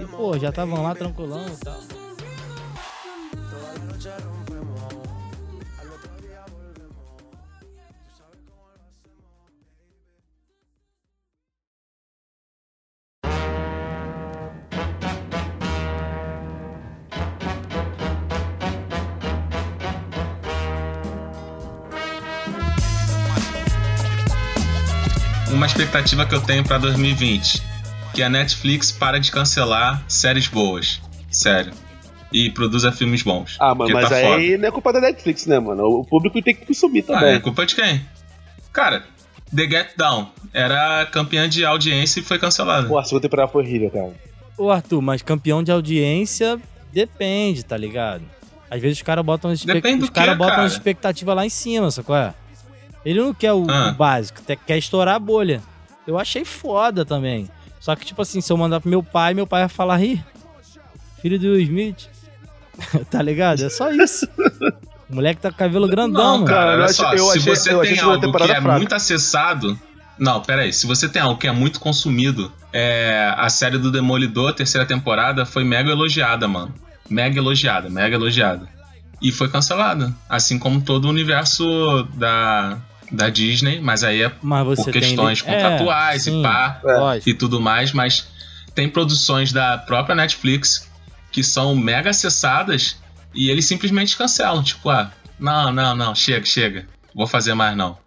Speaker 4: e, pô, já estavam lá tranquilão e tal.
Speaker 3: Uma expectativa que eu tenho pra 2020: que a Netflix para de cancelar séries boas. Sério. E produza filmes bons.
Speaker 5: Ah, mano,
Speaker 3: porque
Speaker 5: mas
Speaker 3: tá foda.
Speaker 5: aí não é culpa da Netflix, né, mano? O público tem que consumir
Speaker 3: Ah,
Speaker 5: também.
Speaker 3: é culpa de quem? Cara, The Get Down era campeã de audiência e foi cancelada.
Speaker 5: Pô, a segunda temporada foi horrível, cara.
Speaker 4: Ô, Arthur, mas campeão de audiência depende, tá ligado? Às vezes os caras botam, as expect...
Speaker 3: Depende do
Speaker 4: os cara
Speaker 3: quê,
Speaker 4: botam
Speaker 3: cara?
Speaker 4: as expectativas lá em cima, sacou? É? Ele não quer o,
Speaker 3: Ah.
Speaker 4: o básico, te- quer estourar a bolha. Eu achei foda também. Só que, tipo assim, se eu mandar pro meu pai, meu pai vai falar, ih, filho do Will Smith. tá ligado? É só isso. O moleque tá com cabelo grandão, mano.
Speaker 5: cara,
Speaker 3: olha
Speaker 5: eu achei-
Speaker 3: só,
Speaker 5: eu
Speaker 3: se
Speaker 5: achei-
Speaker 3: você
Speaker 5: eu
Speaker 3: tem
Speaker 5: achei a segunda
Speaker 3: algo que
Speaker 5: temporada
Speaker 3: é
Speaker 5: fraca.
Speaker 3: muito acessado. Não, peraí. Se você tem algo que é muito consumido, é, a série do Demolidor, terceira temporada, foi mega elogiada, mano. Mega elogiada, mega elogiada. E foi cancelada. Assim como todo o universo da, da Disney, mas aí é
Speaker 4: Mas você
Speaker 3: por
Speaker 4: tem...
Speaker 3: questões
Speaker 4: É,
Speaker 3: contratuais
Speaker 4: sim,
Speaker 3: e pá
Speaker 5: É.
Speaker 4: lógico.
Speaker 3: e tudo mais, mas tem produções da própria Netflix que são mega acessadas e eles simplesmente cancelam, tipo, ah, não, não, não, chega, chega, vou fazer mais não.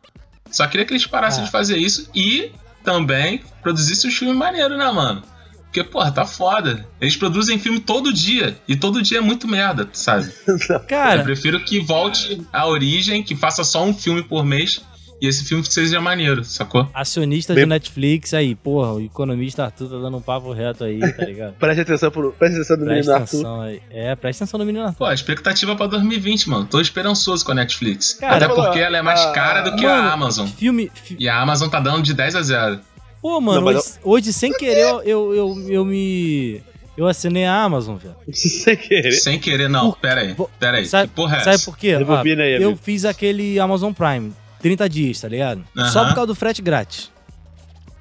Speaker 3: Só queria que eles parassem
Speaker 4: É.
Speaker 3: de fazer isso e também produzissem os filmes maneiros, né, mano? Porque, porra, tá foda. Eles produzem filme todo dia. E todo dia é muito merda, sabe? Eu
Speaker 4: Cara,
Speaker 3: prefiro que volte à origem, que faça só um filme por mês. E esse filme seja maneiro, sacou?
Speaker 4: acionista
Speaker 5: Bem-
Speaker 4: de Netflix aí, porra, o economista Arthur tá dando um papo reto aí, tá ligado?
Speaker 5: Preste atenção, pro, preste atenção no menino
Speaker 4: Presta
Speaker 5: Arthur.
Speaker 4: atenção aí. É, presta atenção no menino Arthur.
Speaker 3: Pô, a expectativa pra 2020, mano. Tô esperançoso com a Netflix.
Speaker 4: Cara,
Speaker 3: Até porque ela é mais
Speaker 5: ah,
Speaker 3: cara do que
Speaker 4: mano.
Speaker 3: a Amazon.
Speaker 4: Filme. fi-
Speaker 3: E a Amazon tá dando de 10 a 0.
Speaker 4: Pô, mano,
Speaker 5: Não, mas
Speaker 4: hoje, hoje, sem querer eu, eu, eu, eu me. Eu assinei a Amazon, velho.
Speaker 5: Sem querer.
Speaker 3: Sem querer, não.
Speaker 4: Por-
Speaker 3: Pera aí,
Speaker 4: Vo-
Speaker 3: pera aí.
Speaker 4: Sabe-
Speaker 3: que porra é
Speaker 4: Sabe
Speaker 3: essa?
Speaker 4: por quê? Ah,
Speaker 5: Rebobina aí,
Speaker 4: eu
Speaker 5: amigo.
Speaker 4: fiz aquele Amazon Prime, 30 dias, tá ligado?
Speaker 3: Aham.
Speaker 4: Só por causa do frete grátis.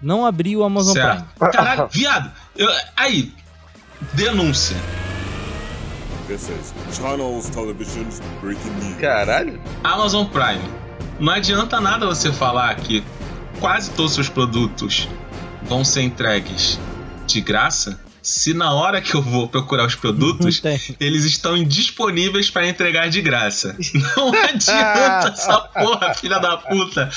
Speaker 4: Não abri o Amazon
Speaker 3: Certo.
Speaker 4: Prime.
Speaker 3: Caralho, viado. Eu- aí, denúncia.
Speaker 6: This is Channels Television's breaking news.
Speaker 5: Caralho.
Speaker 3: Amazon Prime. Não adianta nada você falar que quase todos os seus produtos vão ser entregues de graça se na hora que eu vou procurar os produtos
Speaker 4: Tem.
Speaker 3: eles estão disponíveis para entregar de graça. Não adianta essa porra, filha da puta.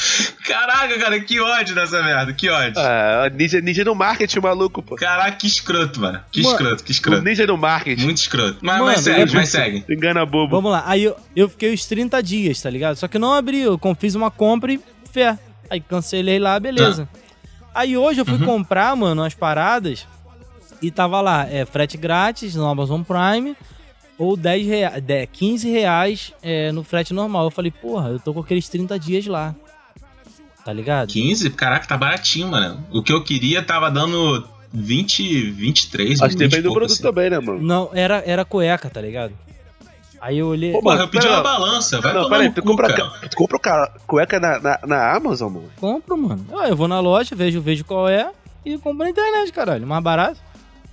Speaker 3: Caraca, cara, que ódio dessa merda, que ódio.
Speaker 5: Ah, ninja, ninja no marketing, maluco, pô.
Speaker 3: Caraca, que escroto, mano. Que
Speaker 4: Mano,
Speaker 3: escroto, que
Speaker 5: O
Speaker 3: escroto.
Speaker 5: ninja no marketing.
Speaker 3: Muito escroto. Mas,
Speaker 4: Mano,
Speaker 3: mas segue,
Speaker 4: é
Speaker 3: mas segue.
Speaker 5: Engana bobo.
Speaker 4: Vamos lá. Aí eu, eu fiquei os 30 dias, tá ligado? Só que eu não abri, eu com- fiz uma compra e fé. Aí cancelei lá, beleza. Aí hoje eu fui comprar, mano, umas paradas e tava lá, é, frete grátis no Amazon Prime ou 10 reais, 10, 15 reais é, no frete normal. Eu falei, porra, eu tô com aqueles 30 dias lá. Tá ligado?
Speaker 3: 15? Caraca, tá baratinho, mano. O que eu queria tava dando 20, 23,
Speaker 5: Acho que
Speaker 3: 20
Speaker 5: depende
Speaker 3: e
Speaker 5: do
Speaker 3: pouco,
Speaker 5: produto
Speaker 3: assim.
Speaker 5: também, né, mano?
Speaker 4: Não, era, era cueca, tá ligado? Aí eu olhei.
Speaker 5: Pô,
Speaker 3: Porra, eu pedi
Speaker 5: Pera
Speaker 3: uma
Speaker 5: lá.
Speaker 3: balança, vai
Speaker 5: não,
Speaker 3: tomar
Speaker 5: peraí,
Speaker 3: no
Speaker 5: tu
Speaker 3: cu,
Speaker 5: compra,
Speaker 3: cara.
Speaker 5: ca- tu compra ca- cueca na, na, na Amazon, mano?
Speaker 4: Compro, mano. Ah, Eu vou na loja, vejo, vejo qual é e compro na internet, caralho. Mais barato.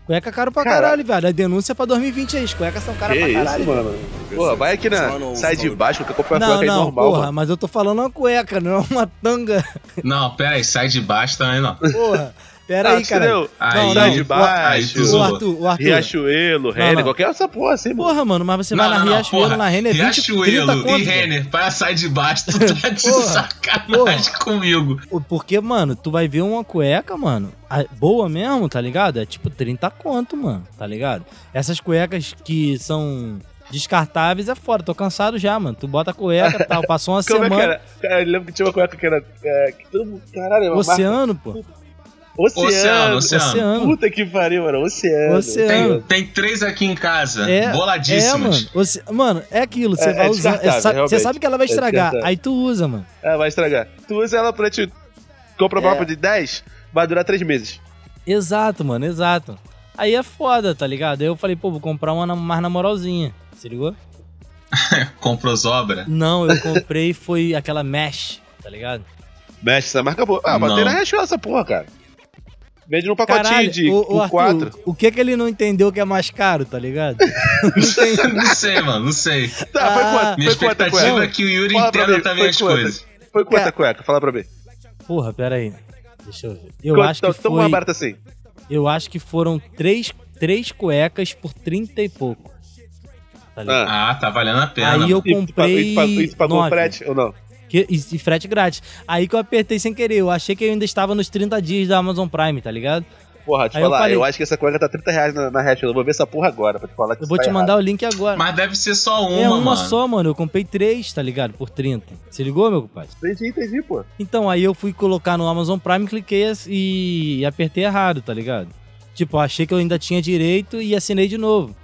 Speaker 4: Cueca é caro pra
Speaker 5: Caralho.
Speaker 4: caralho, velho. A denúncia é pra 2020 aí. As cuecas são caras
Speaker 5: que
Speaker 4: pra
Speaker 5: isso,
Speaker 4: caralho.
Speaker 5: mano?
Speaker 6: This
Speaker 5: Pô,
Speaker 6: is
Speaker 5: vai aqui na.
Speaker 6: Channels
Speaker 5: Sai de
Speaker 6: Television.
Speaker 5: baixo, que compra uma
Speaker 4: Não,
Speaker 5: cueca aí
Speaker 4: não,
Speaker 5: normal,
Speaker 4: porra,
Speaker 5: mano.
Speaker 4: mas eu tô falando uma cueca, não é uma tanga.
Speaker 3: Não, pera aí, sai de baixo também, não.
Speaker 4: Porora, pera
Speaker 5: Ah,
Speaker 4: aí, cara.
Speaker 5: entendeu?
Speaker 3: Aí,
Speaker 4: não,
Speaker 5: sai
Speaker 4: não.
Speaker 5: de
Speaker 3: Aí tu
Speaker 5: baixo.
Speaker 4: O
Speaker 3: zoou.
Speaker 4: Arthur, o Arthur.
Speaker 5: Riachuelo, Renner,
Speaker 4: não.
Speaker 5: qualquer essa porra assim, mano.
Speaker 4: Porra, mano, mas você
Speaker 3: Não,
Speaker 4: vai na
Speaker 3: não, não,
Speaker 4: Riachuelo,
Speaker 3: porra.
Speaker 4: na Renner, 20, 30
Speaker 3: Riachuelo
Speaker 4: conto,
Speaker 3: e
Speaker 4: velho.
Speaker 3: Renner, para sair de baixo, tu tá de
Speaker 4: Porra,
Speaker 3: sacanagem comigo.
Speaker 4: O- Porque, mano, tu vai ver uma cueca, mano, a- boa mesmo, tá ligado? É tipo 30 conto, mano, tá ligado? Essas cuecas que são descartáveis é fora, tô cansado já, mano. Tu bota a cueca e tal, passou uma
Speaker 5: Como é que
Speaker 4: semana,
Speaker 5: era? Cara, eu lembro que tinha uma cueca que era. é, que todo mundo, caralho, é uma marca-
Speaker 4: oceano, pô.
Speaker 5: Oceano.
Speaker 3: Oceano, oceano.
Speaker 4: Oceano.
Speaker 5: Puta que pariu, mano. Oceano.
Speaker 4: Oceano.
Speaker 3: Tem, tem três aqui em casa,
Speaker 4: É, é,
Speaker 3: boladíssimas.
Speaker 4: mano. Você- mano, é aquilo, você
Speaker 5: É-
Speaker 4: vai
Speaker 5: é
Speaker 4: usar.
Speaker 5: descartável,
Speaker 4: é, sa- Você
Speaker 5: realmente.
Speaker 4: sabe que ela vai
Speaker 5: É
Speaker 4: estragar,
Speaker 5: descartável.
Speaker 4: aí tu usa, mano.
Speaker 5: Ah, vai estragar. Tu usa ela pra te. Compra uma
Speaker 4: É.
Speaker 5: roupa de 10, vai durar 3 meses.
Speaker 4: Exato, mano, exato. Aí é foda, tá ligado? Aí eu falei, pô, vou comprar uma na- mais na moralzinha. Se ligou?
Speaker 3: Comprou zobra.
Speaker 4: Não, eu comprei foi aquela mesh, tá ligado?
Speaker 5: Mexe essa marca boa. Ah, mas
Speaker 3: Não.
Speaker 5: tem na Riachuelo essa porra, cara. Vende num pacotinho de
Speaker 4: o, o
Speaker 5: por
Speaker 4: Arthur,
Speaker 5: 4.
Speaker 4: o que que ele não entendeu que é mais caro, tá ligado?
Speaker 3: não sei, mano, não sei.
Speaker 5: Tá, foi
Speaker 4: Ah.
Speaker 5: quanto?
Speaker 3: Minha
Speaker 5: Foi quanto a
Speaker 3: expectativa é
Speaker 5: cueca?
Speaker 3: que o Yuri
Speaker 5: Fala pra
Speaker 3: entenda
Speaker 5: mim,
Speaker 3: também
Speaker 5: foi
Speaker 3: as
Speaker 5: quanto?
Speaker 3: coisas.
Speaker 5: Foi quanto a
Speaker 4: Cara.
Speaker 5: cueca? Fala pra mim.
Speaker 4: Porra, pera aí. Deixa eu ver. Eu
Speaker 5: Quanto-
Speaker 4: acho que
Speaker 5: tão mais
Speaker 4: foi,
Speaker 5: barato assim.
Speaker 4: eu acho que foram três, três cuecas por 30 e pouco. Tá ligado?
Speaker 5: Ah.
Speaker 3: Ah, tá valendo a pena.
Speaker 4: Aí eu
Speaker 5: E tu pa-
Speaker 4: comprei
Speaker 5: e tu pa- E tu pagou
Speaker 4: nove.
Speaker 5: o frete ou não?
Speaker 4: Que- e, e frete grátis. Aí que eu apertei sem querer. Eu achei que eu ainda estava nos 30 dias da Amazon Prime, tá ligado?
Speaker 5: Porra, te
Speaker 4: Aí eu
Speaker 5: falar, eu,
Speaker 4: falei-
Speaker 5: acho que essa cueca tá 30 reais na, na Riachuelo. Eu vou ver essa porra agora pra te falar que
Speaker 4: Eu
Speaker 5: isso
Speaker 4: vou
Speaker 5: tá
Speaker 4: te
Speaker 5: errado.
Speaker 4: mandar o link agora.
Speaker 3: Mas deve ser só uma,
Speaker 4: é uma
Speaker 3: mano.
Speaker 4: só, mano. Eu comprei três, tá ligado? Por 30. Se ligou, meu compadre?
Speaker 5: Entendi, entendi, pô.
Speaker 4: Então, aí eu fui colocar no Amazon Prime, cliquei as- e apertei errado, tá ligado? Tipo, eu achei que eu ainda tinha direito e assinei de novo.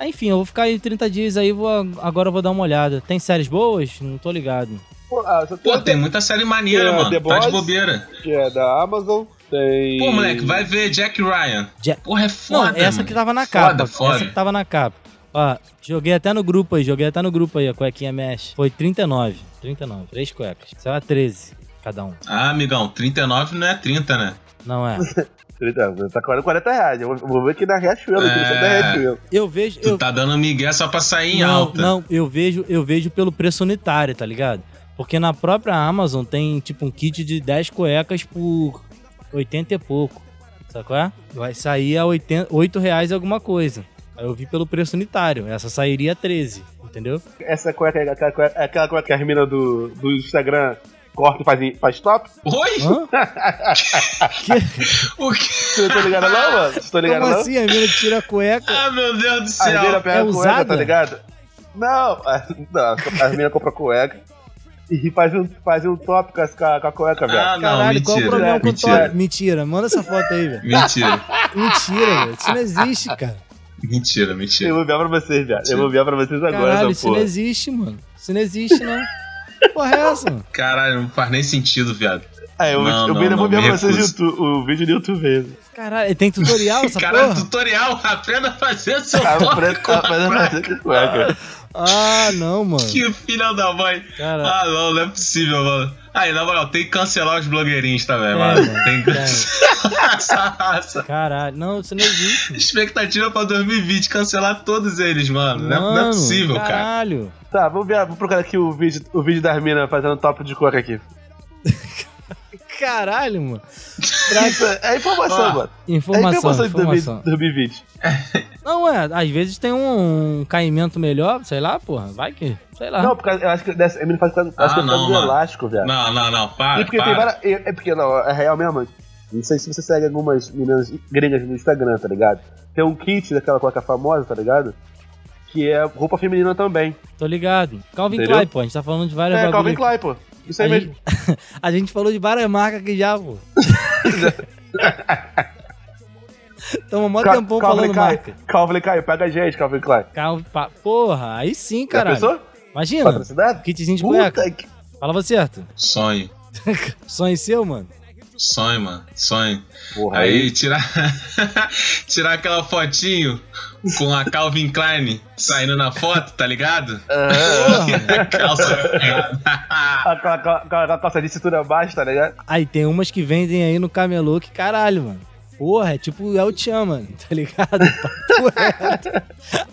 Speaker 4: Aí, enfim, eu vou ficar aí 30 dias aí, vou, agora eu vou dar uma olhada. Tem séries boas? Não tô ligado.
Speaker 5: Pô, ah, só
Speaker 3: Pô, tem muita série maneira,
Speaker 5: É,
Speaker 3: mano.
Speaker 5: The
Speaker 3: Tá de
Speaker 5: Boys.
Speaker 3: bobeira.
Speaker 5: que é da Amazon. Tem.
Speaker 3: Pô, moleque, vai ver Jack Ryan.
Speaker 4: Jack-
Speaker 3: Porra, é
Speaker 4: Não,
Speaker 3: foda,
Speaker 4: essa
Speaker 3: mano.
Speaker 4: que tava na capa.
Speaker 3: Foda, foda.
Speaker 4: Essa que tá- tava na capa. Ó, joguei até no grupo aí, joguei até no grupo aí, a cuequinha mesh. Foi 39. 39, três cuecas. Será 13 cada um.
Speaker 3: Ah, amigão, 39 não é 30, né?
Speaker 4: Não é.
Speaker 5: 30, tá 40, 40 reais. Eu vou- vou ver aqui na Riachuelo. aqui,
Speaker 3: É.
Speaker 5: isso É. Da Riachuelo.
Speaker 4: Eu vejo.
Speaker 3: Tu
Speaker 4: Eu,
Speaker 3: tá dando migué só pra sair em
Speaker 4: não,
Speaker 3: alta.
Speaker 4: não, eu vejo, eu vejo pelo preço unitário, tá ligado? Porque na própria Amazon tem tipo um kit de 10 cuecas por 80 e pouco. Sabe qual é? Vai sair a 80, 8 reais e alguma coisa. Aí eu vi pelo preço unitário. Essa sairia 13, entendeu?
Speaker 5: Essa cueca é aquela cueca, é aquela cueca que as minas do, do Instagram corta e faz, em- faz top?
Speaker 3: Oi?
Speaker 4: Hã?
Speaker 5: Tá
Speaker 3: O quê?
Speaker 5: Você não tá ligado não, mano? Você tá ligado
Speaker 4: Como
Speaker 5: não?
Speaker 4: assim? A mina tira a cueca.
Speaker 3: Ah, meu Deus do
Speaker 5: As
Speaker 3: céu.
Speaker 5: minas pegam
Speaker 4: é
Speaker 5: a cueca,
Speaker 4: usada?
Speaker 5: tá ligado? Não, a- não as minas compram cueca e faz um, faz um top com, as- com a, com a cueca, velho.
Speaker 3: Ah, não,
Speaker 4: Caralho, qual o
Speaker 3: mentira,
Speaker 4: problema com o
Speaker 3: mentira.
Speaker 4: Thor? Mentira, manda essa foto aí, velho.
Speaker 3: Mentira,
Speaker 4: Mentira, velho. Isso não existe, cara.
Speaker 3: mentira,
Speaker 5: Eu
Speaker 3: mentira.
Speaker 5: vou enviar pra vocês, velho. Eu vou enviar pra vocês agora
Speaker 4: Caralho,
Speaker 5: essa
Speaker 4: isso não
Speaker 5: porra.
Speaker 4: existe, mano. Isso não existe, não. Porra, é essa, mano?
Speaker 3: Caralho, não faz nem sentido, viado.
Speaker 5: Ah, eu,
Speaker 3: Não,
Speaker 5: eu
Speaker 3: não,
Speaker 5: ainda vou
Speaker 3: não,
Speaker 5: enviar
Speaker 3: me
Speaker 5: pra vocês
Speaker 3: recuso.
Speaker 5: o YouTube- o vídeo do YouTube mesmo.
Speaker 4: Caralho, tem tutorial essa
Speaker 3: Caralho,
Speaker 4: porra?
Speaker 3: tutorial, aprenda a fazer o seu
Speaker 5: Aprenda
Speaker 3: tópico.
Speaker 5: aprenda a fazer cueca.
Speaker 4: Ah, não, mano.
Speaker 3: Que filha da mãe.
Speaker 4: Cara,
Speaker 3: Ah, não, não é possível, mano. Aí, na moral, tem que cancelar os blogueirinhos também,
Speaker 4: É,
Speaker 3: mano.
Speaker 4: mano,
Speaker 3: Tem que cancelar essa raça.
Speaker 4: caralho. Não, isso não existe.
Speaker 3: Expectativa pra 2020, cancelar todos eles, mano. Não é- não é possível, cara.
Speaker 4: caralho.
Speaker 5: Tá, vamos ver, vou procurar aqui o vídeo, o vídeo das minas fazendo top de cueca aqui.
Speaker 4: Caralho, mano.
Speaker 5: Isso é informação,
Speaker 3: Ó,
Speaker 5: mano. É
Speaker 4: Ah, Informação,
Speaker 5: informação de 2000
Speaker 4: informação.
Speaker 5: 2020.
Speaker 4: Não, é, às vezes tem um, um caimento melhor, sei lá, porra. Vai que, sei lá.
Speaker 5: Não, porque eu acho que dessa, a menina faz por causa- acho
Speaker 3: Ah,
Speaker 5: que é por causa
Speaker 3: não,
Speaker 5: do
Speaker 3: mano.
Speaker 5: elástico, velho.
Speaker 3: Não, não, não,
Speaker 5: E
Speaker 3: para,
Speaker 5: porque tem
Speaker 3: para.
Speaker 5: várias. É é porque não, é real mesmo. Não sei se você segue algumas meninas gringas no Instagram, tá ligado? Tem um kit daquela cueca famosa, tá ligado? Que é roupa feminina também.
Speaker 4: Tô ligado. Calvin
Speaker 5: Entendeu?
Speaker 4: Klein, pô. A gente tá falando de várias
Speaker 5: É,
Speaker 4: bagulho
Speaker 5: Calvin
Speaker 4: aqui.
Speaker 5: Klein, pô. Isso aí
Speaker 4: A
Speaker 5: mesmo.
Speaker 4: gente, a gente falou de várias marcas aqui já, pô. Tamo mó
Speaker 5: Ca-
Speaker 4: tempão falando marca.
Speaker 5: Klein, Calvin Klein, pega a gente, Calvin Klein.
Speaker 4: Calma, pa- porra, aí sim,
Speaker 5: Já
Speaker 4: caralho.
Speaker 5: pensou?
Speaker 4: Imagina,
Speaker 5: Patrocinado?
Speaker 4: kitzinho de cueca.
Speaker 5: Puta que...
Speaker 4: Fala você, Arthur.
Speaker 3: Sonho,
Speaker 4: Sonho seu, mano?
Speaker 3: sonho, mano, sonho.
Speaker 5: Porra,
Speaker 3: Aí tirar tirar aquela fotinho com a Calvin Klein saindo na foto, tá ligado?
Speaker 4: Porra, mano.
Speaker 3: A calça.
Speaker 5: Aquela aquela calça de cintura baixa, tá ligado?
Speaker 4: Aí tem umas que vendem aí no camelô que caralho, mano. Porra, é tipo El Chan, mano, tá ligado? Papo é reto.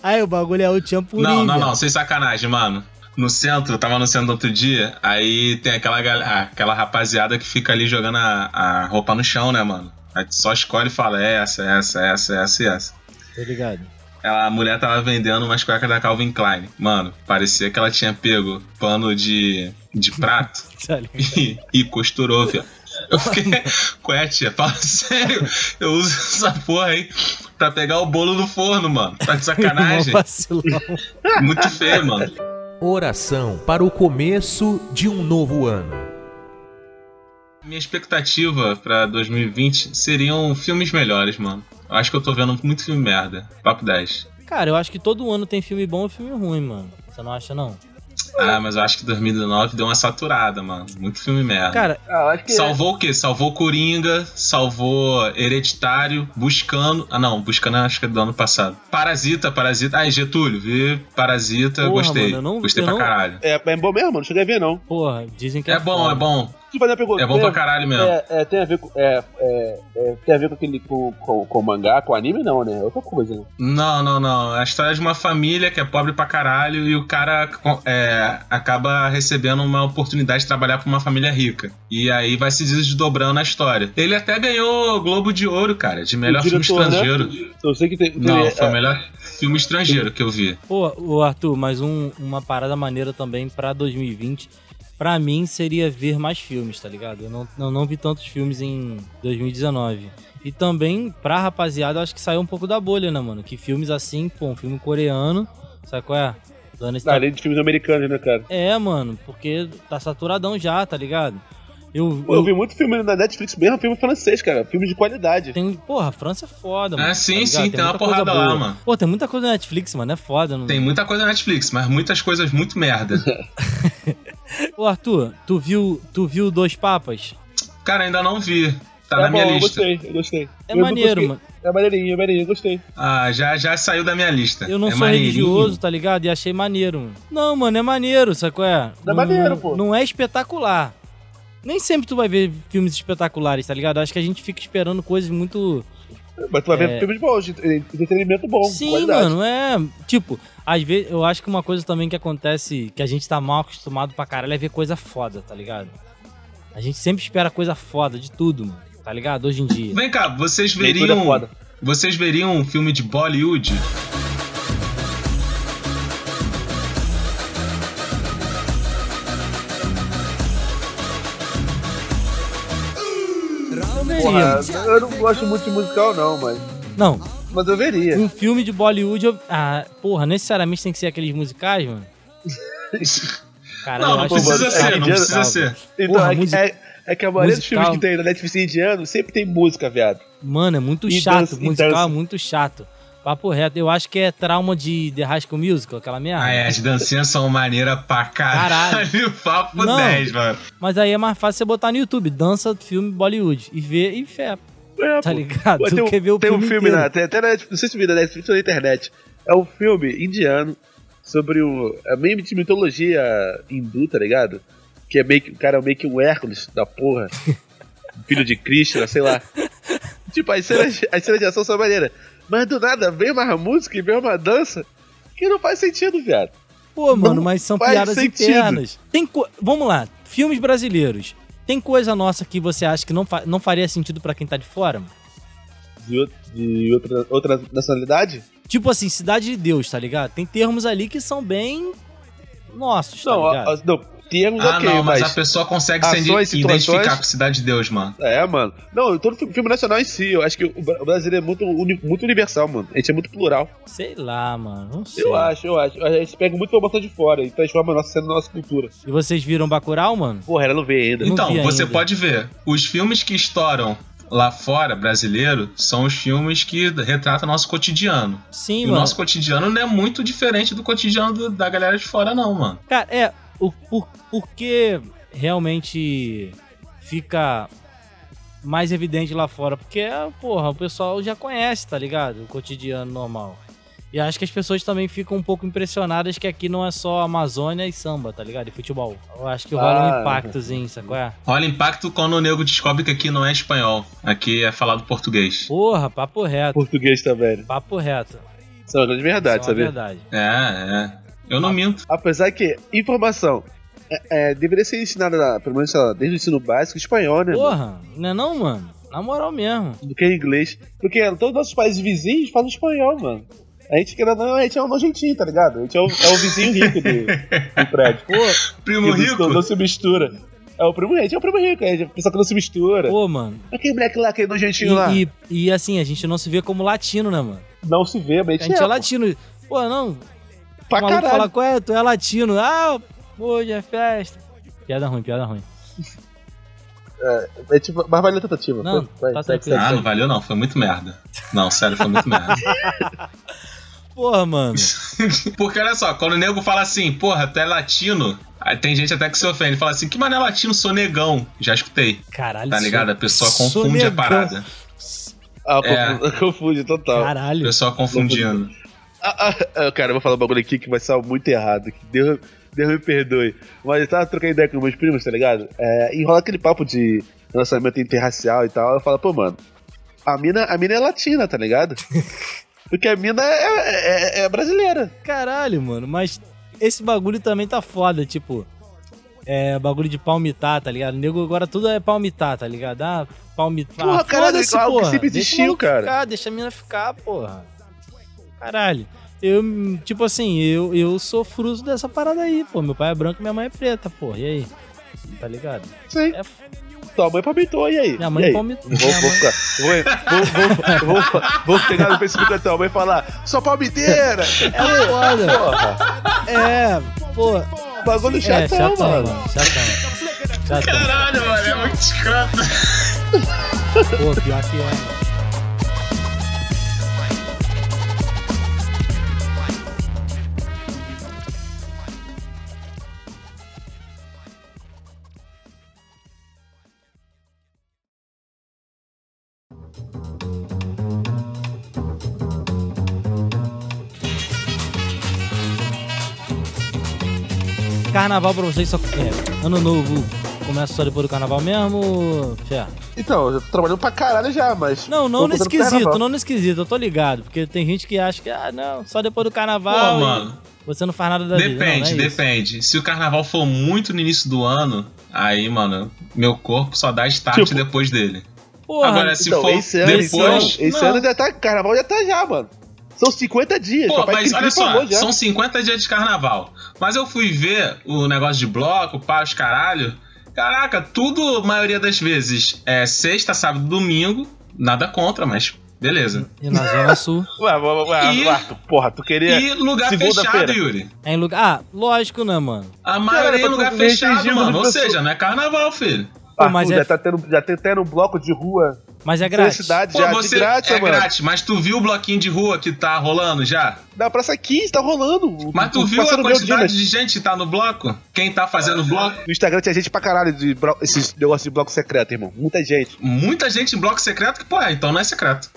Speaker 4: aí o bagulho é El Chan purinho.
Speaker 3: Não, não,
Speaker 4: velho.
Speaker 3: não, sem sacanagem, mano. No centro, eu tava no centro outro dia, aí tem aquela, gal- ah, aquela rapaziada que fica ali jogando a, a roupa no chão, né, mano? Aí tu só escolhe e fala é essa, essa, essa, essa e essa.
Speaker 4: Tá ligado?
Speaker 3: Ela, a mulher tava vendendo umas cuecas da Calvin Klein. Mano, parecia que ela tinha pego pano de, de prato
Speaker 4: Tá ligado?
Speaker 3: e, e costurou, viu? Eu fiquei, Ué, tia, fala sério, eu uso essa porra aí pra pegar o bolo do forno, mano. Tá de sacanagem?
Speaker 4: Mó vacilão.
Speaker 3: Muito feio, mano.
Speaker 1: Oração para o começo de um novo ano.
Speaker 3: Minha expectativa pra 2020 seriam filmes melhores, mano. Eu acho que eu tô vendo muito filme merda. Papo 10.
Speaker 4: Cara, eu acho que todo ano tem filme bom e filme ruim, mano. Você não acha, não?
Speaker 3: Ah, mas eu acho que 2019 deu uma saturada, mano. Muito filme merda.
Speaker 4: Cara,
Speaker 5: Ah, acho que
Speaker 3: Salvou o quê? Salvou Coringa, salvou Hereditário, Buscando. Ah, não, Buscando acho que é do ano passado. Parasita, Parasita. Ah, e Getúlio, vi Parasita,
Speaker 4: Porra,
Speaker 3: gostei.
Speaker 4: mano, eu não-
Speaker 3: gostei
Speaker 4: eu
Speaker 3: pra
Speaker 4: não-
Speaker 3: caralho.
Speaker 5: é, é bom mesmo, não cheguei a ver, não.
Speaker 4: porra, dizem que é
Speaker 3: É bom,
Speaker 4: foda.
Speaker 3: é bom.
Speaker 5: Tipo, né, pegou,
Speaker 3: É bom
Speaker 5: tem-
Speaker 3: pra caralho mesmo.
Speaker 5: É, é, tem a ver com. É, é, é, tem a ver com aquele. Com, com, com o mangá, com o anime, não, né? É outra coisa, né?
Speaker 3: Não, não, não. É a história de uma família que é pobre pra caralho e o cara co- é, acaba recebendo uma oportunidade de trabalhar pra uma família rica. E aí vai se desdobrando a história. Ele até ganhou o Globo de Ouro, cara, de melhor
Speaker 5: O diretor,
Speaker 4: né?
Speaker 3: filme estrangeiro.
Speaker 5: Eu sei que tem. tem-
Speaker 3: Não,
Speaker 5: é,
Speaker 3: foi o melhor filme estrangeiro que eu vi.
Speaker 4: Pô, ô Arthur, mas um- uma parada maneira também pra 2020, pra mim, seria ver mais filmes, tá ligado? Eu não, eu não vi tantos filmes em 2019. E também, pra rapaziada, eu acho que saiu um pouco da bolha, né, mano? Que filmes assim, pô, um filme coreano, sabe qual é? Dando esse
Speaker 5: além de filmes americanos, né, cara?
Speaker 4: É, mano, porque tá saturadão já, tá ligado? Eu,
Speaker 3: Hum.
Speaker 5: Eu vi muito filme na Netflix mesmo, filme francês, cara. Filme de qualidade.
Speaker 4: Tem, porra, a França é foda, mano.
Speaker 3: Ah, sim,
Speaker 4: ligado?
Speaker 3: sim, tem uma
Speaker 4: muita coisa
Speaker 3: porrada lá,
Speaker 4: boa.
Speaker 3: mano.
Speaker 4: Pô, tem muita coisa na Netflix, mano, é foda. Não...
Speaker 3: Tem muita coisa na Netflix, mas muitas coisas muito merda.
Speaker 4: Ô, Arthur, tu viu, tu viu Dois Papas?
Speaker 3: Cara, ainda não vi. Tá
Speaker 5: É
Speaker 3: na minha
Speaker 5: bom, eu
Speaker 3: lista.
Speaker 5: gostei, eu gostei.
Speaker 4: É
Speaker 5: Eu não
Speaker 4: maneiro,
Speaker 5: consegui-
Speaker 4: mano.
Speaker 5: É maneirinho, é maneirinho, eu gostei.
Speaker 3: Ah, já, já saiu da minha lista.
Speaker 4: Eu não
Speaker 3: É
Speaker 4: sou
Speaker 3: maneirinho.
Speaker 4: religioso, tá ligado? E achei maneiro, mano. Não, mano, é maneiro, sacou? É,
Speaker 5: É maneiro, pô.
Speaker 4: Não é espetacular. Nem sempre tu vai ver filmes espetaculares, tá ligado? Acho que a gente fica esperando coisas muito
Speaker 5: Mas tu vai
Speaker 4: É.
Speaker 5: ver filmes bons, de de entretenimento bom,
Speaker 4: Sim,
Speaker 5: qualidade.
Speaker 4: mano, é. Tipo, às vezes eu acho que uma coisa também que acontece, que a gente tá mal acostumado pra caralho, é ver coisa foda, tá ligado? A gente sempre espera coisa foda de tudo, mano, tá ligado? Hoje em dia.
Speaker 3: Vem cá, vocês
Speaker 5: Leitura é
Speaker 3: veriam.
Speaker 5: foda.
Speaker 3: Vocês veriam um filme de Bollywood?
Speaker 4: Eu veria.
Speaker 5: Porra, eu não gosto muito de musical, não, mas.
Speaker 4: Não,
Speaker 5: Mas eu veria.
Speaker 4: um filme de Bollywood. Eu... Ah, porra, necessariamente tem que ser aqueles musicais, mano? Caralho,
Speaker 3: não,
Speaker 4: eu
Speaker 3: não
Speaker 4: acho
Speaker 3: precisa
Speaker 4: musical
Speaker 3: ser, não
Speaker 5: indiano-
Speaker 3: precisa
Speaker 4: musical,
Speaker 3: ser.
Speaker 4: velho.
Speaker 5: Então,
Speaker 4: Porra,
Speaker 5: é, que-
Speaker 4: música-
Speaker 5: é, é que a maioria dos
Speaker 4: musical.
Speaker 5: filmes que tem na Netflix indiano sempre tem música, viado.
Speaker 4: Mano, é muito
Speaker 5: E
Speaker 4: chato.
Speaker 5: dança, e
Speaker 4: musical é
Speaker 5: dança.
Speaker 4: muito chato. Papo reto, eu acho que é trauma de The High School Musical, aquela merda.
Speaker 3: Ah, é, as dancinhas são maneira pra caralho. Papo
Speaker 4: Não.
Speaker 3: 10, mano.
Speaker 4: Mas aí é mais fácil você botar no YouTube, dança filme Bollywood e ver e fé,
Speaker 5: É,
Speaker 4: tá
Speaker 5: pô.
Speaker 4: ligado?
Speaker 5: Pô,
Speaker 4: Tu
Speaker 5: tem um,
Speaker 4: quer ver o
Speaker 5: tem
Speaker 4: filme,
Speaker 5: um filme
Speaker 4: inteiro.
Speaker 5: na, tem até na, Netflix, não sei se viu na Netflix ou na internet. É um filme indiano sobre o. É meio de mitologia hindu, tá ligado? Que é meio que. O cara é meio que um Hércules da porra. filho de Krishna, sei lá. Tipo, as cenas, as cenas de ação são maneiras. Mas do nada vem uma música e vem uma dança que não faz sentido, viado.
Speaker 4: Pô, mano, mas são
Speaker 5: faz
Speaker 4: piadas
Speaker 5: sentido.
Speaker 4: internas. Tem co... Vamos lá, filmes brasileiros. Tem coisa nossa que você acha que não, fa- não faria sentido pra quem tá de fora? Mano?
Speaker 5: De, out- de outra, outra nacionalidade?
Speaker 4: Tipo assim, Cidade de Deus, tá ligado? Tem termos ali que são bem nossos,
Speaker 5: Não,
Speaker 4: tá ligado?
Speaker 5: ó, ó, não termos
Speaker 3: Ah,
Speaker 5: ok,
Speaker 3: não, mas,
Speaker 5: mas
Speaker 3: a pessoa consegue se
Speaker 5: ações,
Speaker 3: ide- identificar
Speaker 5: situações-
Speaker 3: com Cidade de Deus, mano.
Speaker 5: É, mano. Não, todo fi- filme nacional em si, eu acho que o Bra- o brasileiro é muito, uni- muito universal, mano. A gente é muito plural.
Speaker 4: Sei lá, mano, não sei.
Speaker 5: Eu acho, eu acho. A gente pega muito informação de fora e transforma a nossa sendo nossa cultura.
Speaker 4: E vocês viram Bacurau, mano?
Speaker 5: Porra, ela não vê ainda.
Speaker 4: não vi
Speaker 3: Então, você
Speaker 4: ainda.
Speaker 3: pode ver. Os filmes que estouram lá fora, brasileiro, são os filmes que retratam nosso cotidiano.
Speaker 4: Sim,
Speaker 3: E o
Speaker 4: mano.
Speaker 3: nosso cotidiano não é muito diferente do cotidiano do- da galera de fora, não, mano.
Speaker 4: Cara, é, o, por, porque realmente fica mais evidente lá fora? Porque, porra, o pessoal já conhece, tá ligado? O cotidiano normal. E acho que as pessoas também ficam um pouco impressionadas que aqui não é só Amazônia e samba, tá ligado? E futebol. Eu acho que rola um
Speaker 5: Ah.
Speaker 4: impactozinho, sacou? É?
Speaker 3: Olha o impacto quando o nego descobre que aqui não é espanhol. Aqui é falado português.
Speaker 4: Porra, papo reto.
Speaker 5: Português também. né?
Speaker 4: Papo reto.
Speaker 5: Isso é uma grande verdade,
Speaker 4: Isso é uma
Speaker 5: sabe?
Speaker 4: verdade.
Speaker 3: É, é. Eu não minto.
Speaker 5: Apesar que, informação. É, é, deveria ser ensinada, lá, pelo menos sei lá, desde o ensino básico, espanhol, né? mano?
Speaker 4: Porra, não é não, mano? Na moral mesmo.
Speaker 5: Do que é inglês. Porque todos os nossos países vizinhos falam espanhol, mano. A gente, querendo ou não, a gente é um nojentinho, tá ligado? A gente é o, é o vizinho rico do, do prédio.
Speaker 4: Pô,
Speaker 3: Primo
Speaker 5: Que Não, não
Speaker 3: rico?
Speaker 5: se mistura. É o primo rico, é o primo rico. É o pessoal que não se mistura.
Speaker 4: pô mano.
Speaker 5: Aquele moleque lá, aquele nojentinho lá.
Speaker 4: E, e, e assim, a gente não se vê como latino, né, mano?
Speaker 5: Não se vê, mas
Speaker 4: A gente é,
Speaker 5: pô,
Speaker 4: latino. Pô, não.
Speaker 5: Pra
Speaker 4: o maluco
Speaker 5: caralho.
Speaker 4: fala, qual é? Tu é latino. Ah, hoje é festa. Piada ruim, piada ruim.
Speaker 5: É, é tipo, mas valeu a tentativa.
Speaker 4: Não,
Speaker 5: Foi- vai,
Speaker 4: tá tranquilo.
Speaker 5: segue, segue,
Speaker 3: Ah, não
Speaker 5: segue.
Speaker 3: valeu não, foi muito merda. Não, sério, foi muito merda.
Speaker 4: Porra, mano.
Speaker 3: Porque olha só, quando o nego fala assim, porra, tu é latino, aí tem gente até que se ofende, fala assim, que mané latino, sou negão. Já escutei,
Speaker 4: Caralho. é
Speaker 3: tá
Speaker 4: sou-
Speaker 3: ligado? A pessoa
Speaker 4: sou
Speaker 3: confunde a
Speaker 4: negão.
Speaker 3: parada.
Speaker 5: Ah,
Speaker 3: É.
Speaker 5: pô, confunde total.
Speaker 3: A
Speaker 4: Caralho.
Speaker 3: pessoa confundindo.
Speaker 5: Ah, ah, ah, cara, eu vou falar um bagulho aqui que vai ser muito errado. Que Deus, Deus me perdoe. Mas eu tava trocando ideia com meus primos, tá ligado? É, enrola aquele papo de relacionamento interracial e tal. Eu falo, pô, mano, a mina, a mina é latina, tá ligado? Porque a mina é, é- é brasileira.
Speaker 4: Caralho, mano. Mas esse bagulho também tá foda, tipo. É, bagulho de palmitar, tá ligado? O nego agora tudo é palmitar, tá ligado? Ah, palmitar.
Speaker 5: Porra,
Speaker 4: Ah,
Speaker 5: caralho, é
Speaker 4: foda-se,
Speaker 5: algo que
Speaker 4: porra.
Speaker 5: sempre
Speaker 4: Deixa o
Speaker 5: existiu,
Speaker 4: maluco
Speaker 5: cara.
Speaker 4: Ficar, deixa a mina ficar, porra. Caralho. Eu, tipo assim, eu, eu sou fruto dessa parada aí, pô. Meu pai é branco e minha mãe é preta, porra. E aí? Tá ligado?
Speaker 5: Sim.
Speaker 4: É-
Speaker 5: Tua mãe palmitou, e aí?
Speaker 4: Minha
Speaker 5: e
Speaker 4: mãe
Speaker 5: aí?
Speaker 4: palmitou.
Speaker 5: Vou, vou ficar. Vou, vou, vou, vou, vou pegar no Facebook da tua mãe e falar: só palmiteira!
Speaker 4: É foda.
Speaker 5: Porra!
Speaker 4: É, pô.
Speaker 5: Bagulho
Speaker 4: É,
Speaker 5: chatão,
Speaker 4: chatão,
Speaker 5: mano.
Speaker 4: mano. Chatão. Chatão.
Speaker 3: Caralho, mano, é muito escroto.
Speaker 4: Pô, pior que é. Carnaval pra vocês só. É, ano novo começa só depois do carnaval mesmo, Fé?
Speaker 5: Então, eu já tô trabalhando pra caralho já, mas.
Speaker 4: Não,
Speaker 5: tô
Speaker 4: não no
Speaker 5: contando pro
Speaker 4: esquisito,
Speaker 5: carnaval.
Speaker 4: não no esquisito, eu tô ligado. Porque tem gente que acha que, ah, não, só depois do
Speaker 3: Pô,
Speaker 4: carnaval e
Speaker 3: mano,
Speaker 4: você não faz nada da vida. Não, não
Speaker 3: depende,
Speaker 4: é isso.
Speaker 3: depende. Se o carnaval for muito no início do ano, aí, mano, meu corpo só dá start
Speaker 5: Tipo-
Speaker 3: depois dele.
Speaker 4: Porra,
Speaker 3: Agora, se
Speaker 5: Então,
Speaker 3: for
Speaker 5: esse ano,
Speaker 3: depois.
Speaker 5: esse ano, esse
Speaker 3: não.
Speaker 5: ano já tá. Carnaval já tá já, mano. São 50 dias.
Speaker 3: Pô,
Speaker 5: papai
Speaker 3: mas
Speaker 5: Cri-Cri
Speaker 3: olha
Speaker 5: pagou
Speaker 3: só,
Speaker 5: já.
Speaker 3: são 50 dias de carnaval. Mas eu fui ver o negócio de bloco, pá, os caralho. Caraca, tudo, a maioria das vezes, é sexta, sábado, domingo. Nada contra, mas beleza.
Speaker 4: e na Zona Sul.
Speaker 5: Ué, ué, ué,
Speaker 3: E-
Speaker 5: Marco, porra, tu queria.
Speaker 3: E lugar
Speaker 5: é segunda-feira.
Speaker 3: fechado, Yuri.
Speaker 4: É em lugar. Ah, lógico, né, mano?
Speaker 3: A maioria
Speaker 5: pra
Speaker 3: é lugar
Speaker 5: tu ver,
Speaker 3: fechado,
Speaker 5: tem
Speaker 3: mano.
Speaker 5: giro
Speaker 3: Ou
Speaker 5: de pessoa.
Speaker 3: seja, não é carnaval, filho.
Speaker 5: Marco,
Speaker 4: mas
Speaker 5: já,
Speaker 4: é-
Speaker 5: tá tendo, já tem tendo um bloco de rua
Speaker 4: Mas é
Speaker 5: na
Speaker 4: grátis.
Speaker 5: cidade
Speaker 3: Pô,
Speaker 5: já,
Speaker 3: você
Speaker 5: de graça,
Speaker 3: é
Speaker 5: mano.
Speaker 3: grátis, mas tu viu o bloquinho de rua que tá rolando já?
Speaker 5: Na Praça 15 tá rolando.
Speaker 3: Mas tu
Speaker 5: O- o
Speaker 3: viu a
Speaker 5: parceiro meu,
Speaker 3: quantidade
Speaker 5: Dimas,
Speaker 3: de gente que tá no bloco? Quem tá fazendo bloco?
Speaker 5: No Instagram tinha gente pra caralho de bro... esses negócios de bloco secreto, irmão. Muita gente.
Speaker 3: Muita gente em bloco secreto que, pô, é, então não é secreto.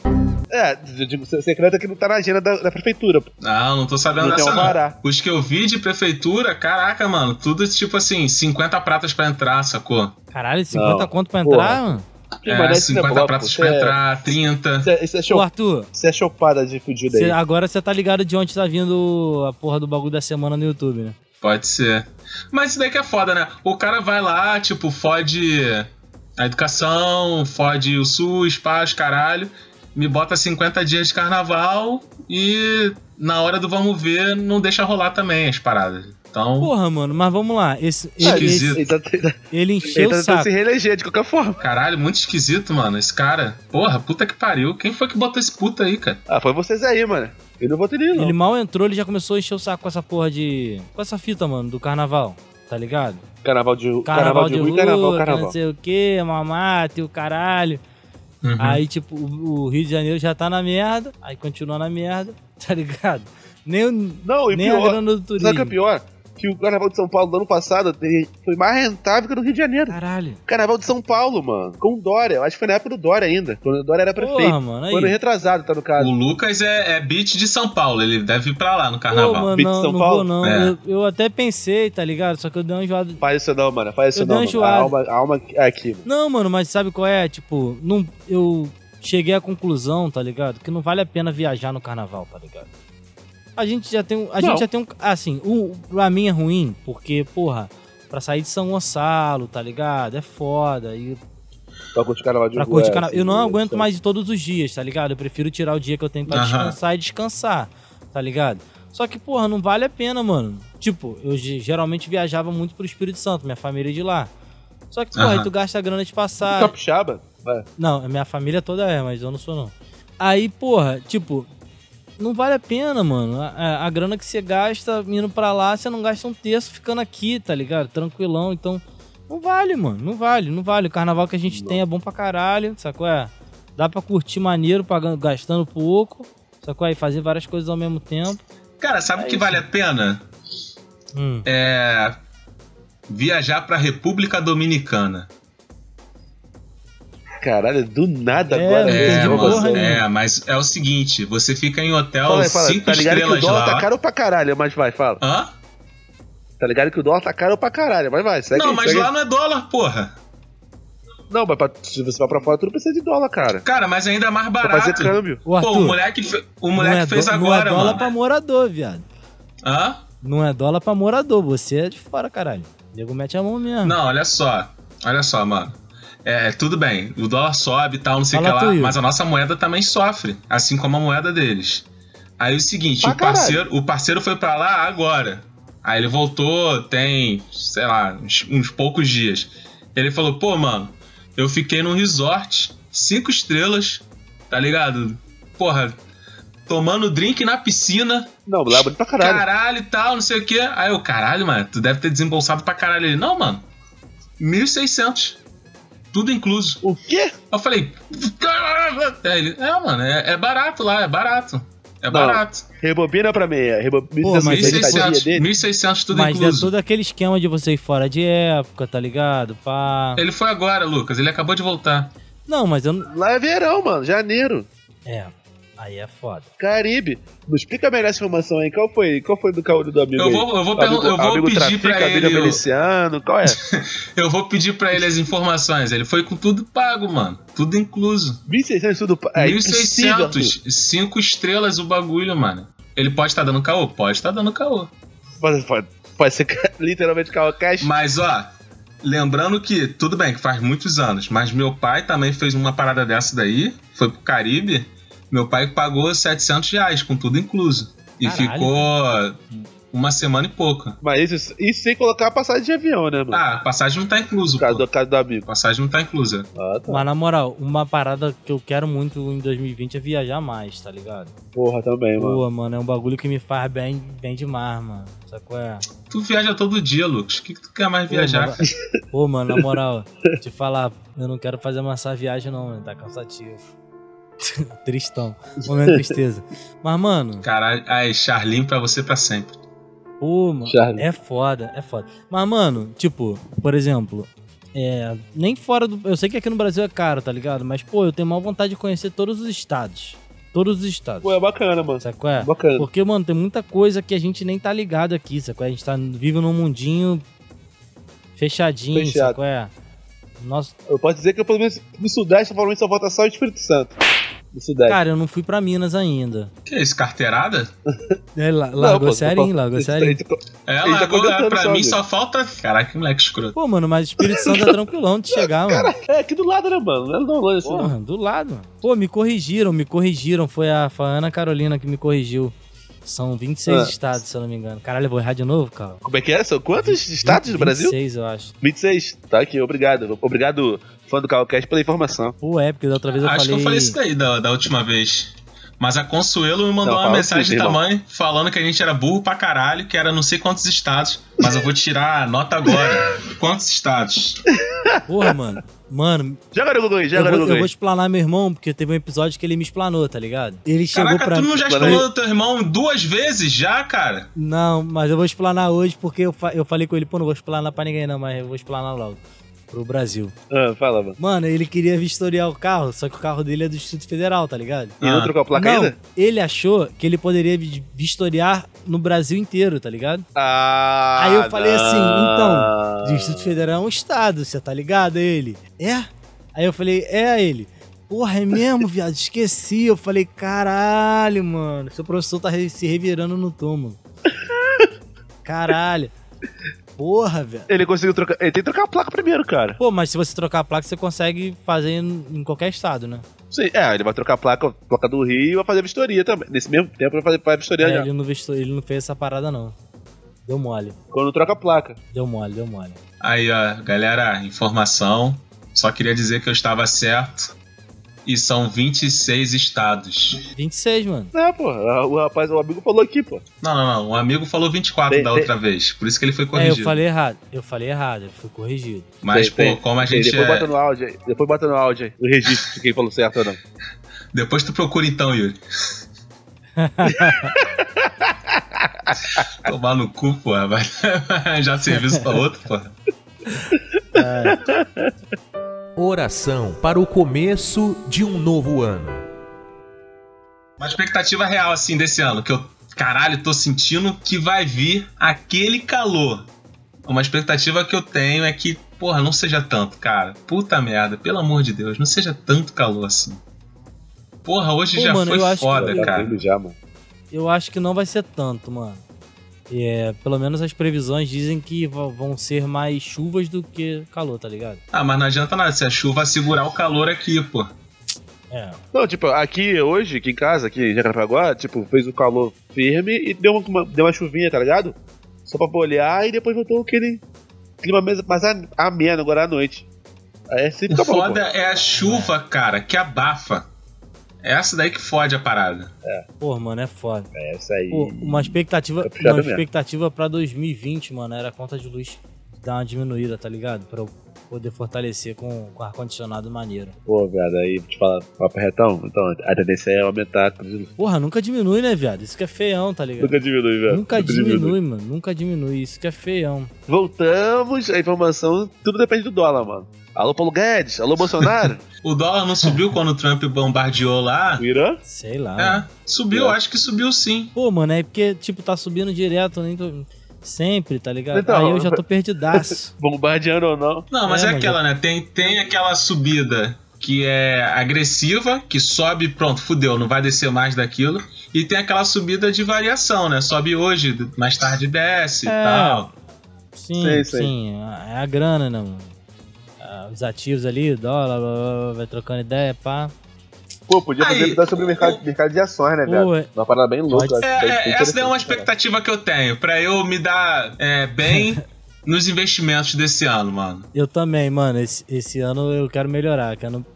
Speaker 5: É, eu digo se- secreto é que não tá na agenda da, da prefeitura. pô.
Speaker 3: Não, não tô sabendo
Speaker 5: Não tem um
Speaker 3: dessa não.
Speaker 5: alvará.
Speaker 3: Os que eu vi de prefeitura, caraca, mano, tudo tipo assim, 50 pratas pra entrar, sacou?
Speaker 4: Caralho, 50
Speaker 5: Não,
Speaker 4: conto pra
Speaker 5: porra.
Speaker 4: entrar, mano?
Speaker 5: Ih,
Speaker 3: É,
Speaker 5: mas não isso não é
Speaker 3: 50
Speaker 5: bloco,
Speaker 3: pratas
Speaker 5: isso
Speaker 3: pra
Speaker 5: é-
Speaker 3: entrar, 30.
Speaker 5: Isso é, isso é,
Speaker 4: Ô,
Speaker 5: show...
Speaker 4: Arthur,
Speaker 5: isso é chopada de fudido
Speaker 4: cê-
Speaker 5: aí. Ah,
Speaker 4: agora você tá ligado de onde tá vindo a porra do bagulho da semana no YouTube, né?
Speaker 3: Pode ser. Mas isso daí que é foda, né? O cara vai lá, tipo, fode a educação, fode o SUS, paz, caralho, me bota 50 dias de carnaval e na hora do vamos ver não deixa rolar também as paradas. Então,
Speaker 4: Porra, mano, mas vamos lá. Esse, ele,
Speaker 3: Esquisito.
Speaker 4: esse-
Speaker 5: Ele tá,
Speaker 4: ele
Speaker 5: ele
Speaker 4: é encheu
Speaker 5: tá
Speaker 4: o
Speaker 5: tentando
Speaker 4: saco.
Speaker 5: se reeleger de qualquer forma.
Speaker 3: caralho, muito esquisito, mano, esse cara. Porra, puta que pariu. Quem foi que botou esse puta aí, cara?
Speaker 5: Ah, foi vocês aí, mano. Eu não votei nele, não.
Speaker 4: Ele mal entrou, ele já começou a encher o saco com essa porra de. com essa fita, mano, do carnaval. Tá ligado?
Speaker 5: Carnaval de rua,
Speaker 4: Carnaval, de rua,
Speaker 5: carnaval,
Speaker 4: que
Speaker 5: carnaval.
Speaker 4: não sei o que, mamata e o caralho.
Speaker 3: Uhum.
Speaker 4: Aí, tipo, o, o Rio de Janeiro já tá na merda, aí continua na merda, tá ligado? Nem, o-
Speaker 5: Não, e
Speaker 4: nem a
Speaker 5: pior,
Speaker 4: grana do
Speaker 5: sabe o que é
Speaker 4: turismo.
Speaker 5: pior? Que o carnaval de São Paulo do ano passado tem- foi mais rentável que o do Rio de Janeiro.
Speaker 4: Caralho.
Speaker 5: Carnaval de São Paulo, mano. Com o Dória. Eu acho que foi na época do Dória ainda. Quando o Dória era prefeito.
Speaker 4: Porra, mano,
Speaker 5: Foi ano
Speaker 4: aí.
Speaker 5: retrasado, tá no caso.
Speaker 3: O Lucas é, é beat de São Paulo, ele deve ir pra lá no
Speaker 4: Pô,
Speaker 3: carnaval.
Speaker 4: mano,
Speaker 5: Beat
Speaker 4: não,
Speaker 5: São
Speaker 4: não
Speaker 5: Paulo?
Speaker 4: vou não.
Speaker 3: É.
Speaker 4: Eu, eu até pensei, tá ligado? Só que eu dei uma enjoada.
Speaker 5: Faz isso não, mano. Faz isso
Speaker 4: Eu
Speaker 5: não,
Speaker 4: dei uma
Speaker 5: mano. A alma, a alma é aqui, mano.
Speaker 4: Não, mano, mas sabe qual é? Tipo, não, eu cheguei à conclusão, tá ligado? Que não vale a pena viajar no carnaval, tá ligado? A gente já tem um. A
Speaker 5: Não.
Speaker 4: gente já tem um. Assim, o, pra mim é ruim, porque, porra, pra sair de São Gonçalo, tá ligado? É foda. E
Speaker 5: Pra curtir carnaval de
Speaker 4: pra
Speaker 5: rua,
Speaker 4: curtir
Speaker 5: é,
Speaker 4: carnaval.
Speaker 5: assim,
Speaker 4: Eu não
Speaker 5: é,
Speaker 4: aguento
Speaker 5: só-
Speaker 4: mais de todos os dias, tá ligado? Eu prefiro tirar o dia que eu tenho pra
Speaker 3: Aham.
Speaker 4: descansar e descansar, tá ligado? Só que, porra, não vale a pena, mano. Tipo, eu ge- geralmente viajava muito pro Espírito Santo, minha família é de lá. Só que, porra,
Speaker 3: Aham.
Speaker 4: aí tu gasta a grana de passagem.
Speaker 5: Capixaba? Vai.
Speaker 4: Não, a minha família toda é, mas eu não sou não. Aí, porra, tipo, não vale a pena, mano. A, a- a grana que você gasta indo pra lá, você não gasta um terço ficando aqui, tá ligado? Tranquilão. Então, Não vale, mano. Não vale, não vale. O carnaval que a gente tem é bom pra caralho, sacou? É? Dá pra curtir maneiro, pagando, gastando pouco, sacou? Aí fazer várias coisas ao mesmo tempo.
Speaker 3: Cara, sabe o que vale a pena?
Speaker 4: Hum.
Speaker 3: É. Viajar pra República Dominicana.
Speaker 5: Caralho, do nada
Speaker 4: É,
Speaker 5: agora. né?
Speaker 4: não
Speaker 5: velho.
Speaker 3: É,
Speaker 4: entendi
Speaker 5: Vamos
Speaker 3: mas,
Speaker 4: porra né?
Speaker 5: fazer.
Speaker 4: nenhuma.
Speaker 3: é, mas é o seguinte: você fica em hotel
Speaker 5: Fala aí, fala.
Speaker 3: cinco
Speaker 5: Tá ligado que o
Speaker 3: estrelas
Speaker 5: dólar
Speaker 3: lá.
Speaker 5: tá caro pra caralho, mas vai, fala.
Speaker 3: Hã?
Speaker 5: Tá ligado que o dólar tá caro pra caralho, mas vai. Segue,
Speaker 3: Não, mas
Speaker 5: segue.
Speaker 3: lá não é dólar, porra.
Speaker 5: Não, mas pra- se você vai pra fora, tu não precisa de dólar, cara.
Speaker 3: Cara, mas ainda é mais
Speaker 5: Pra fazer
Speaker 3: barato.
Speaker 5: câmbio.
Speaker 4: Ô,
Speaker 3: Pô,
Speaker 4: Arthur,
Speaker 3: o moleque, fe- o moleque
Speaker 4: não é
Speaker 3: fez
Speaker 4: do-
Speaker 3: agora,
Speaker 4: Não é dólar
Speaker 3: mano.
Speaker 4: pra morador, viado.
Speaker 3: Hã?
Speaker 4: Não é dólar pra morador. Você é de fora, caralho. O nego mete a mão mesmo.
Speaker 3: Não, olha só. Olha só, mano. É, tudo bem, o dólar sobe e tal, não sei o que
Speaker 4: Fala
Speaker 3: lá,
Speaker 4: tu, Igor.
Speaker 3: mas a nossa moeda também sofre, assim como a moeda deles. Aí o seguinte,
Speaker 5: Pra
Speaker 3: o parceiro, o parceiro foi pra lá agora. Aí ele voltou, tem, sei lá, uns, uns poucos dias. Ele falou: "Pô, mano, eu fiquei num resort, cinco estrelas, tá ligado? Porra, tomando drink na piscina,
Speaker 5: Não, lá é bonito pra caralho.
Speaker 3: caralho e tal, não sei o que. Aí eu, caralho, mano, tu deve ter desembolsado pra caralho. Ele, não, mano, 1.600. Tudo incluso.
Speaker 5: O quê?
Speaker 3: Eu falei, caralho. Aí ele, é, mano, é, é barato lá, é barato. É
Speaker 5: Não.
Speaker 3: barato.
Speaker 5: Rebobina pra meia. Rebobina
Speaker 4: mas
Speaker 5: pra
Speaker 4: ele tá-
Speaker 3: 1.600,
Speaker 5: metadinha dele.
Speaker 3: 1.600 tudo
Speaker 4: Mas é
Speaker 3: incluso.
Speaker 4: todo aquele esquema de você ir fora de época, tá ligado? Pá.
Speaker 3: Ele foi agora, Lucas, ele acabou de voltar.
Speaker 4: Não, mas eu não.
Speaker 5: Lá é verão, mano. Janeiro.
Speaker 4: É. Aí é foda.
Speaker 5: Caribe. Me explica melhor essa informação aí. Qual foi? Qual foi do caolho do amigo
Speaker 3: Eu
Speaker 5: aí?
Speaker 3: vou, eu vou,
Speaker 5: Amigo-
Speaker 3: pergun- eu vou
Speaker 5: amigo
Speaker 3: pedir
Speaker 5: trafica,
Speaker 3: pra ele.
Speaker 5: amigo
Speaker 3: o-
Speaker 5: miliciano, qual é?
Speaker 3: Eu vou pedir pra ele as informações. Ele foi com tudo pago, mano. Tudo incluso.
Speaker 5: 1600 tudo... pa- É impossível, Arthur.
Speaker 3: 1600, 5 estrelas o bagulho, mano. Ele pode estar dando caô? Pode estar dando caô.
Speaker 5: Pode, pode, pode ser ca- literalmente caô cash.
Speaker 3: Mas, ó, lembrando que, tudo bem que faz muitos anos, mas meu pai também fez uma parada dessa daí, foi pro Caribe. Meu pai pagou 700 reais, com tudo incluso. E
Speaker 4: Caralho.
Speaker 3: ficou uma semana e pouco.
Speaker 5: Mas isso, isso sem colocar a passagem de avião, né, mano?
Speaker 3: Ah, passagem não tá incluso,
Speaker 5: no caso
Speaker 3: pô.
Speaker 5: do, caso do amigo.
Speaker 3: Passagem não tá inclusa.
Speaker 5: Ah, tá.
Speaker 4: Mas na moral, uma parada que eu quero muito em 2020 é viajar mais, tá ligado?
Speaker 5: Porra, também, mano.
Speaker 4: Boa, mano, é um bagulho que me faz bem, bem demais, mano. Sacou? É?
Speaker 3: Tu viaja todo dia, Lucas. O que, que tu quer mais viajar?
Speaker 4: mano. Pô, mano, na moral, te falar, eu não quero fazer mais essa viagem, não, mano. Tá cansativo. Tristão. Momento tristeza. Mas, mano,
Speaker 3: Caralho, aí, Charlin pra você pra sempre.
Speaker 4: Pô, mano,
Speaker 5: Charme.
Speaker 4: é foda, é foda. Mas, mano, tipo, por exemplo, é, nem fora do. Eu sei que aqui no Brasil é caro, tá ligado? Mas, pô, eu tenho maior vontade de conhecer todos os estados. Todos os estados.
Speaker 5: Pô, é bacana, mano.
Speaker 4: Sabe qual é?
Speaker 5: Bacana.
Speaker 4: Porque, mano, tem muita coisa que a gente nem tá ligado aqui, sacou? A gente tá vive num mundinho fechadinho,
Speaker 5: Fechado.
Speaker 4: sacou? É. Nossa,
Speaker 5: Eu posso dizer que eu, pelo menos no Sudeste, provavelmente só vota só o Espírito Santo. No Sudeste.
Speaker 4: cara, eu não fui pra Minas ainda.
Speaker 3: Que isso, carteirada?
Speaker 4: É, la-
Speaker 5: Não,
Speaker 4: largou
Speaker 5: pô, tá
Speaker 4: serinho,
Speaker 5: pô,
Speaker 4: largou
Speaker 5: isso
Speaker 4: serinho.
Speaker 5: daí tu-
Speaker 3: É,
Speaker 5: Ele tá
Speaker 3: Lagoa,
Speaker 5: comentando
Speaker 3: pra
Speaker 5: só,
Speaker 3: mim
Speaker 5: amigo.
Speaker 3: só falta. Caraca, que moleque escroto.
Speaker 4: Pô, mano, mas Espírito Santo é tranquilão de chegar, mano.
Speaker 5: É aqui do lado, né, mano? Não é tão longe assim. não.
Speaker 4: Porra, do lado. Pô, me corrigiram, me corrigiram. Foi a, foi a Ana Carolina que me corrigiu. São 26
Speaker 5: Ah.
Speaker 4: estados, se eu não me engano. Caralho, eu vou errar de novo, cara?
Speaker 5: Como é que é? São quantos estados do Brasil?
Speaker 4: 26, eu acho.
Speaker 5: 26. Tá aqui, obrigado. Obrigado, fã do Calcast, pela informação.
Speaker 4: Pô, é, porque da outra vez eu
Speaker 3: Acho
Speaker 4: falei...
Speaker 3: que eu falei isso daí da, da última vez. Mas a Consuelo me mandou
Speaker 5: Não,
Speaker 3: uma
Speaker 5: fala
Speaker 3: mensagem
Speaker 5: sim,
Speaker 3: de
Speaker 5: irmão.
Speaker 3: tamanho falando que a gente era burro pra caralho, que era não sei quantos estados. Mas eu vou tirar a nota agora. Quantos estados?
Speaker 4: Porra, mano. Mano,
Speaker 5: Joga no Google aí,
Speaker 4: eu
Speaker 5: joga
Speaker 4: vou,
Speaker 5: no
Speaker 4: eu
Speaker 5: Google
Speaker 4: vou
Speaker 5: aí.
Speaker 4: explanar meu irmão, porque teve um episódio que ele me explanou, tá ligado? Ele chegou
Speaker 3: Caraca,
Speaker 4: pra...
Speaker 3: tu não já
Speaker 5: Falei.
Speaker 3: explanou do teu irmão duas vezes já, cara?
Speaker 4: Não, mas eu vou explanar hoje, porque eu, fa- eu falei com ele, pô, não vou explanar pra ninguém não, mas eu vou explanar logo. Pro Brasil.
Speaker 5: Ah, fala, mano.
Speaker 4: Mano, ele queria vistoriar o carro, só que o carro dele é do Distrito Federal, tá ligado?
Speaker 5: E não
Speaker 3: Ah.
Speaker 5: trocou a placa
Speaker 4: não,
Speaker 5: ainda?
Speaker 4: ele achou que ele poderia vi- vistoriar no Brasil inteiro, tá ligado?
Speaker 5: Ah,
Speaker 4: Aí eu falei assim,
Speaker 5: não.
Speaker 4: Distrito Federal é um estado, você tá ligado? Aí ele, é? Aí eu falei, é ele. Porra, é mesmo, viado? Esqueci. Eu falei, caralho, mano. Seu professor tá re- se revirando no túmulo. Caralho. Porra, velho.
Speaker 5: Ele conseguiu trocar. Ele tem que trocar a placa primeiro, cara.
Speaker 4: Pô, mas se você trocar a placa, você consegue fazer em em qualquer estado, né?
Speaker 5: Sim, é, ele vai trocar a placa, a placa do Rio e vai fazer a vistoria também. Nesse mesmo tempo vai fazer vai vistoria
Speaker 4: É,
Speaker 5: já.
Speaker 4: ele, não vistor- ele não fez essa parada, não. Deu mole.
Speaker 5: Quando troca a placa.
Speaker 4: Deu mole, deu mole.
Speaker 3: Aí, ó, galera, informação. Só queria dizer que eu estava certo. e são 26 estados.
Speaker 4: 26, mano.
Speaker 5: Não, pô, a- o rapaz, o amigo falou aqui, pô.
Speaker 3: Não, não, não. Um amigo falou 24
Speaker 5: Tem-
Speaker 3: da
Speaker 5: tem-
Speaker 3: outra vez. Por isso que ele foi
Speaker 4: É, eu
Speaker 3: corrigido.
Speaker 4: falei errado. Eu falei errado, ele foi corrigido.
Speaker 3: Mas,
Speaker 5: Tem-
Speaker 3: pô,
Speaker 5: tem-
Speaker 3: como a
Speaker 5: tem,
Speaker 3: gente
Speaker 5: Depois
Speaker 3: é.
Speaker 5: bota no áudio aí, depois bota no áudio aí, o registro de quem falou certo ou não.
Speaker 3: Depois tu procura então, Yuri. Tomar no cu, porra. Vai arranjar serviço pra outro, porra.
Speaker 1: Oração para o começo de um novo ano.
Speaker 3: Uma expectativa real, assim, desse ano, que eu, caralho, tô sentindo que vai vir aquele calor. Uma expectativa que eu tenho é que, porra, não seja tanto, cara. Puta merda, pelo amor de Deus, não seja tanto calor assim. Porra, hoje
Speaker 4: Pô,
Speaker 3: já
Speaker 4: mano, eu
Speaker 3: foi
Speaker 4: acho que
Speaker 3: foda,
Speaker 4: eu-
Speaker 3: É, cara.
Speaker 5: Ele já, mano.
Speaker 4: Eu acho que não vai ser tanto, mano. É, pelo menos as previsões dizem que va- vão ser mais chuvas do que calor, tá ligado?
Speaker 3: Ah, mas não adianta nada se a chuva segurar o calor aqui, pô.
Speaker 4: É.
Speaker 5: Não, tipo, aqui hoje, aqui em casa, aqui em Jacarepaguá, tipo, fez um calor firme e deu uma, deu uma chuvinha, tá ligado? Só pra bolear e depois voltou aquele clima mais, mais am- ameno agora à noite. Aí assim
Speaker 3: O
Speaker 5: fica bom,
Speaker 3: foda
Speaker 5: pô.
Speaker 3: é a chuva, cara, que abafa. É essa daí que fode a parada.
Speaker 4: Pô, mano, é foda.
Speaker 5: É, isso aí.
Speaker 4: Pô, uma expectativa,
Speaker 5: É puxado
Speaker 4: uma
Speaker 5: mesmo.
Speaker 4: expectativa pra 2020, mano, era a conta de luz dar uma diminuída, tá ligado? Pra eu poder fortalecer com, com ar-condicionado maneiro.
Speaker 5: Pô, viado, aí te falar papo retão, então a tendência é aumentar. a trilha.
Speaker 4: Porra, nunca diminui, né, viado? Isso que é feião, tá ligado?
Speaker 5: Nunca diminui, velho.
Speaker 4: Nunca diminui, mano. Nunca diminui. Isso que é feião.
Speaker 5: Voltamos, a informação, tudo depende do dólar, mano. Alô, Paulo Guedes, alô, Bolsonaro.
Speaker 3: O dólar não subiu quando o Trump bombardeou lá?
Speaker 5: O Irã?
Speaker 4: Sei lá.
Speaker 3: É, subiu,
Speaker 5: É.
Speaker 3: acho que subiu sim.
Speaker 4: Pô, mano, é porque, tipo, tá subindo direto, nem tô... Sempre, tá ligado?
Speaker 5: Então,
Speaker 4: Aí eu já tô perdidaço.
Speaker 5: Bombardeando ou não?
Speaker 3: Não, mas é,
Speaker 4: É, mas
Speaker 3: aquela, né? Tem, tem aquela subida que é agressiva, que sobe, pronto, fudeu, não vai descer mais daquilo. E tem aquela subida de variação, né? Sobe hoje, mais tarde desce e
Speaker 4: É.
Speaker 3: tal.
Speaker 4: Sim,
Speaker 5: Sei, sei.
Speaker 4: sim. É a grana, né, mano? Ah, Os ativos ali, dólar, blá, blá, blá, vai trocando ideia, pá.
Speaker 5: Pô, podia fazer
Speaker 3: Aí,
Speaker 5: episódio sobre o mercado,
Speaker 3: o-
Speaker 5: mercado de ações, né, velho?
Speaker 4: Pô, é-
Speaker 5: Uma parada bem louca.
Speaker 4: Pode-
Speaker 5: eu acho
Speaker 3: É,
Speaker 5: bem-
Speaker 3: é, essa daí é
Speaker 5: bem
Speaker 3: uma
Speaker 5: interessante, cara.
Speaker 3: expectativa que eu tenho, pra eu me dar é, bem nos investimentos desse ano, mano.
Speaker 4: Eu também, mano. Esse, esse ano eu quero melhorar. Que ano...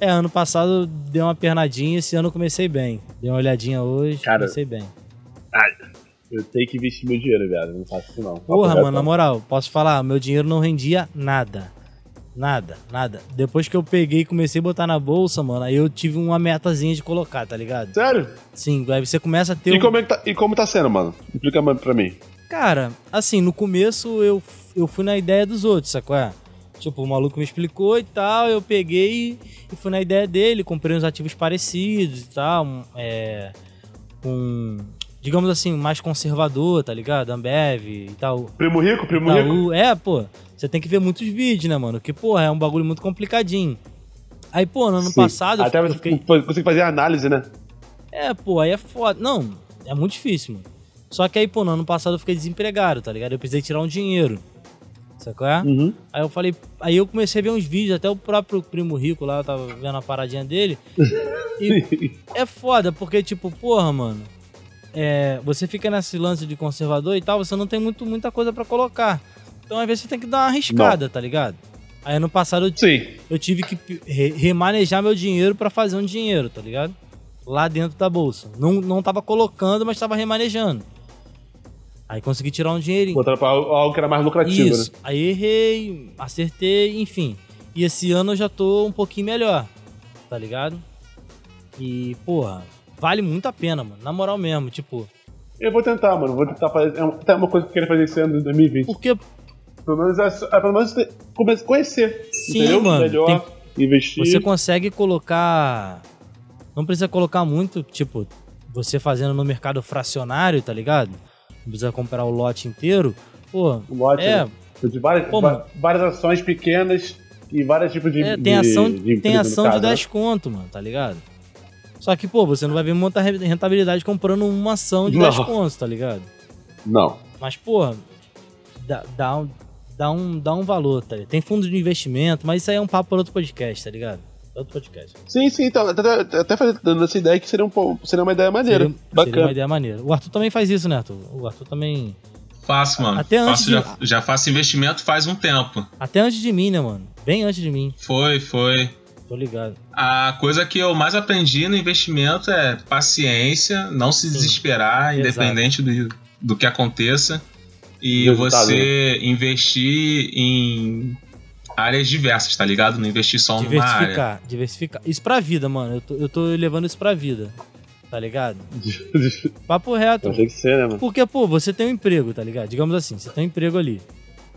Speaker 4: É, ano passado deu uma pernadinha, esse ano eu comecei bem. Dei uma olhadinha hoje,
Speaker 5: Cara,
Speaker 4: comecei bem.
Speaker 5: Eu tenho que investir meu dinheiro, viado. Não faço isso, não.
Speaker 4: Porra,
Speaker 5: Papo
Speaker 4: mano, na
Speaker 5: reto,
Speaker 4: moral, posso falar, meu dinheiro não rendia nada. Nada, nada. Depois que eu peguei e comecei a botar na bolsa, mano, aí eu tive uma metazinha de colocar, tá ligado?
Speaker 5: Sério?
Speaker 4: Sim, aí você começa a ter.
Speaker 5: E,
Speaker 4: um-
Speaker 5: como é que tá, e como tá sendo, mano? Explica mais pra mim.
Speaker 4: Cara, assim, no começo eu, eu fui na ideia dos outros, sacou? É? Tipo, o maluco me explicou e tal, eu peguei e fui na ideia dele, comprei uns ativos parecidos e tal, um, é, um, digamos assim, mais conservador, tá ligado? Ambev e tal,
Speaker 5: Primo Rico, Primo Rico.
Speaker 4: Itaú, é, pô. Você tem que ver muitos vídeos, né, mano? Que, porra, é um bagulho muito complicadinho. Aí, pô, no ano
Speaker 5: Sim.
Speaker 4: passado. eu
Speaker 5: Até você
Speaker 4: fiquei-
Speaker 5: fa- consegue fazer análise, né?
Speaker 4: É, pô, aí é foda. Não, é muito difícil, mano. Só que aí, pô, no ano passado eu fiquei desempregado, tá ligado? Eu precisei tirar um dinheiro. Sabe qual é?
Speaker 5: Uhum.
Speaker 4: Aí eu falei. Aí eu comecei a ver uns vídeos, até o próprio primo rico lá, eu tava vendo a paradinha dele. E é foda, porque, tipo, porra, mano. é, você fica nesse lance de conservador e tal, você não tem muito, muita coisa pra colocar. Então, às vezes, você tem que dar uma arriscada, tá ligado? Aí, ano passado, eu,
Speaker 5: Sim.
Speaker 4: eu tive que pi- re- remanejar meu dinheiro pra fazer um dinheiro, tá ligado? Lá dentro da bolsa. Não, não tava colocando, mas tava remanejando. Aí, consegui tirar um dinheirinho.
Speaker 5: Botar pra algo algo que era mais lucrativo, né?
Speaker 4: Isso. Aí errei, acertei, enfim. E esse ano eu já tô um pouquinho melhor, tá ligado? E, porra, vale muito a pena, mano. Na moral mesmo, tipo,
Speaker 5: né? Eu vou tentar, mano. Vou tentar fazer. É uma- até uma coisa que eu queria fazer esse ano, em 2020.
Speaker 4: porque
Speaker 5: Pelo menos, é, só- é, pelo menos ter- come- conhecer.
Speaker 4: Sim,
Speaker 5: entendeu?
Speaker 4: mano,
Speaker 5: Melhor, investir.
Speaker 4: você consegue colocar. Não precisa colocar muito, tipo, você fazendo no mercado fracionário, tá ligado? Não precisa comprar o lote inteiro. Pô,
Speaker 5: Um lote,
Speaker 4: é,
Speaker 5: né? De várias,
Speaker 4: Pô,
Speaker 5: va-
Speaker 4: mano.
Speaker 5: várias ações pequenas e vários tipos de.
Speaker 4: É, tem
Speaker 5: de-
Speaker 4: ação
Speaker 5: de
Speaker 4: de, tem
Speaker 5: empresa, no
Speaker 4: ação de
Speaker 5: caso, né?
Speaker 4: 10 conto, mano, tá ligado? Só que, pô, você não vai ver muita re- rentabilidade comprando uma ação de
Speaker 5: Não.
Speaker 4: 10 contos, tá ligado?
Speaker 5: Não.
Speaker 4: Mas, porra, dá, dá, um, dá, um, dá um valor, tá ligado? Tem fundo de investimento, mas isso aí é um papo para outro podcast, tá ligado? Outro podcast.
Speaker 5: Sim, sim, então, até, até- até fazendo- dando essa ideia que seria, um, po- seria uma ideia maneira.
Speaker 4: Seria,
Speaker 5: bacana.
Speaker 4: seria uma ideia maneira. O Arthur também faz isso, né, Arthur? O Arthur também.
Speaker 3: Faço, mano.
Speaker 4: Até
Speaker 3: Faço,
Speaker 4: antes de-
Speaker 3: já, já faço investimento faz um tempo.
Speaker 4: Até antes de mim, né, mano? Bem antes de mim.
Speaker 3: Foi, foi.
Speaker 4: Tô ligado.
Speaker 3: A coisa que eu mais aprendi no investimento é paciência, não se desesperar,
Speaker 4: exato.
Speaker 3: independente do, do que aconteça. E
Speaker 5: Resultado,
Speaker 3: você investir em áreas diversas, tá ligado? Não investir só numa área.
Speaker 4: Diversificar, diversificar. Isso pra vida, mano. Eu tô, eu tô levando isso pra vida. Tá ligado? Papo reto.
Speaker 5: Mas tem que ser, né, mano?
Speaker 4: Porque, pô, você tem um emprego, tá ligado? Digamos assim, você tem um emprego ali.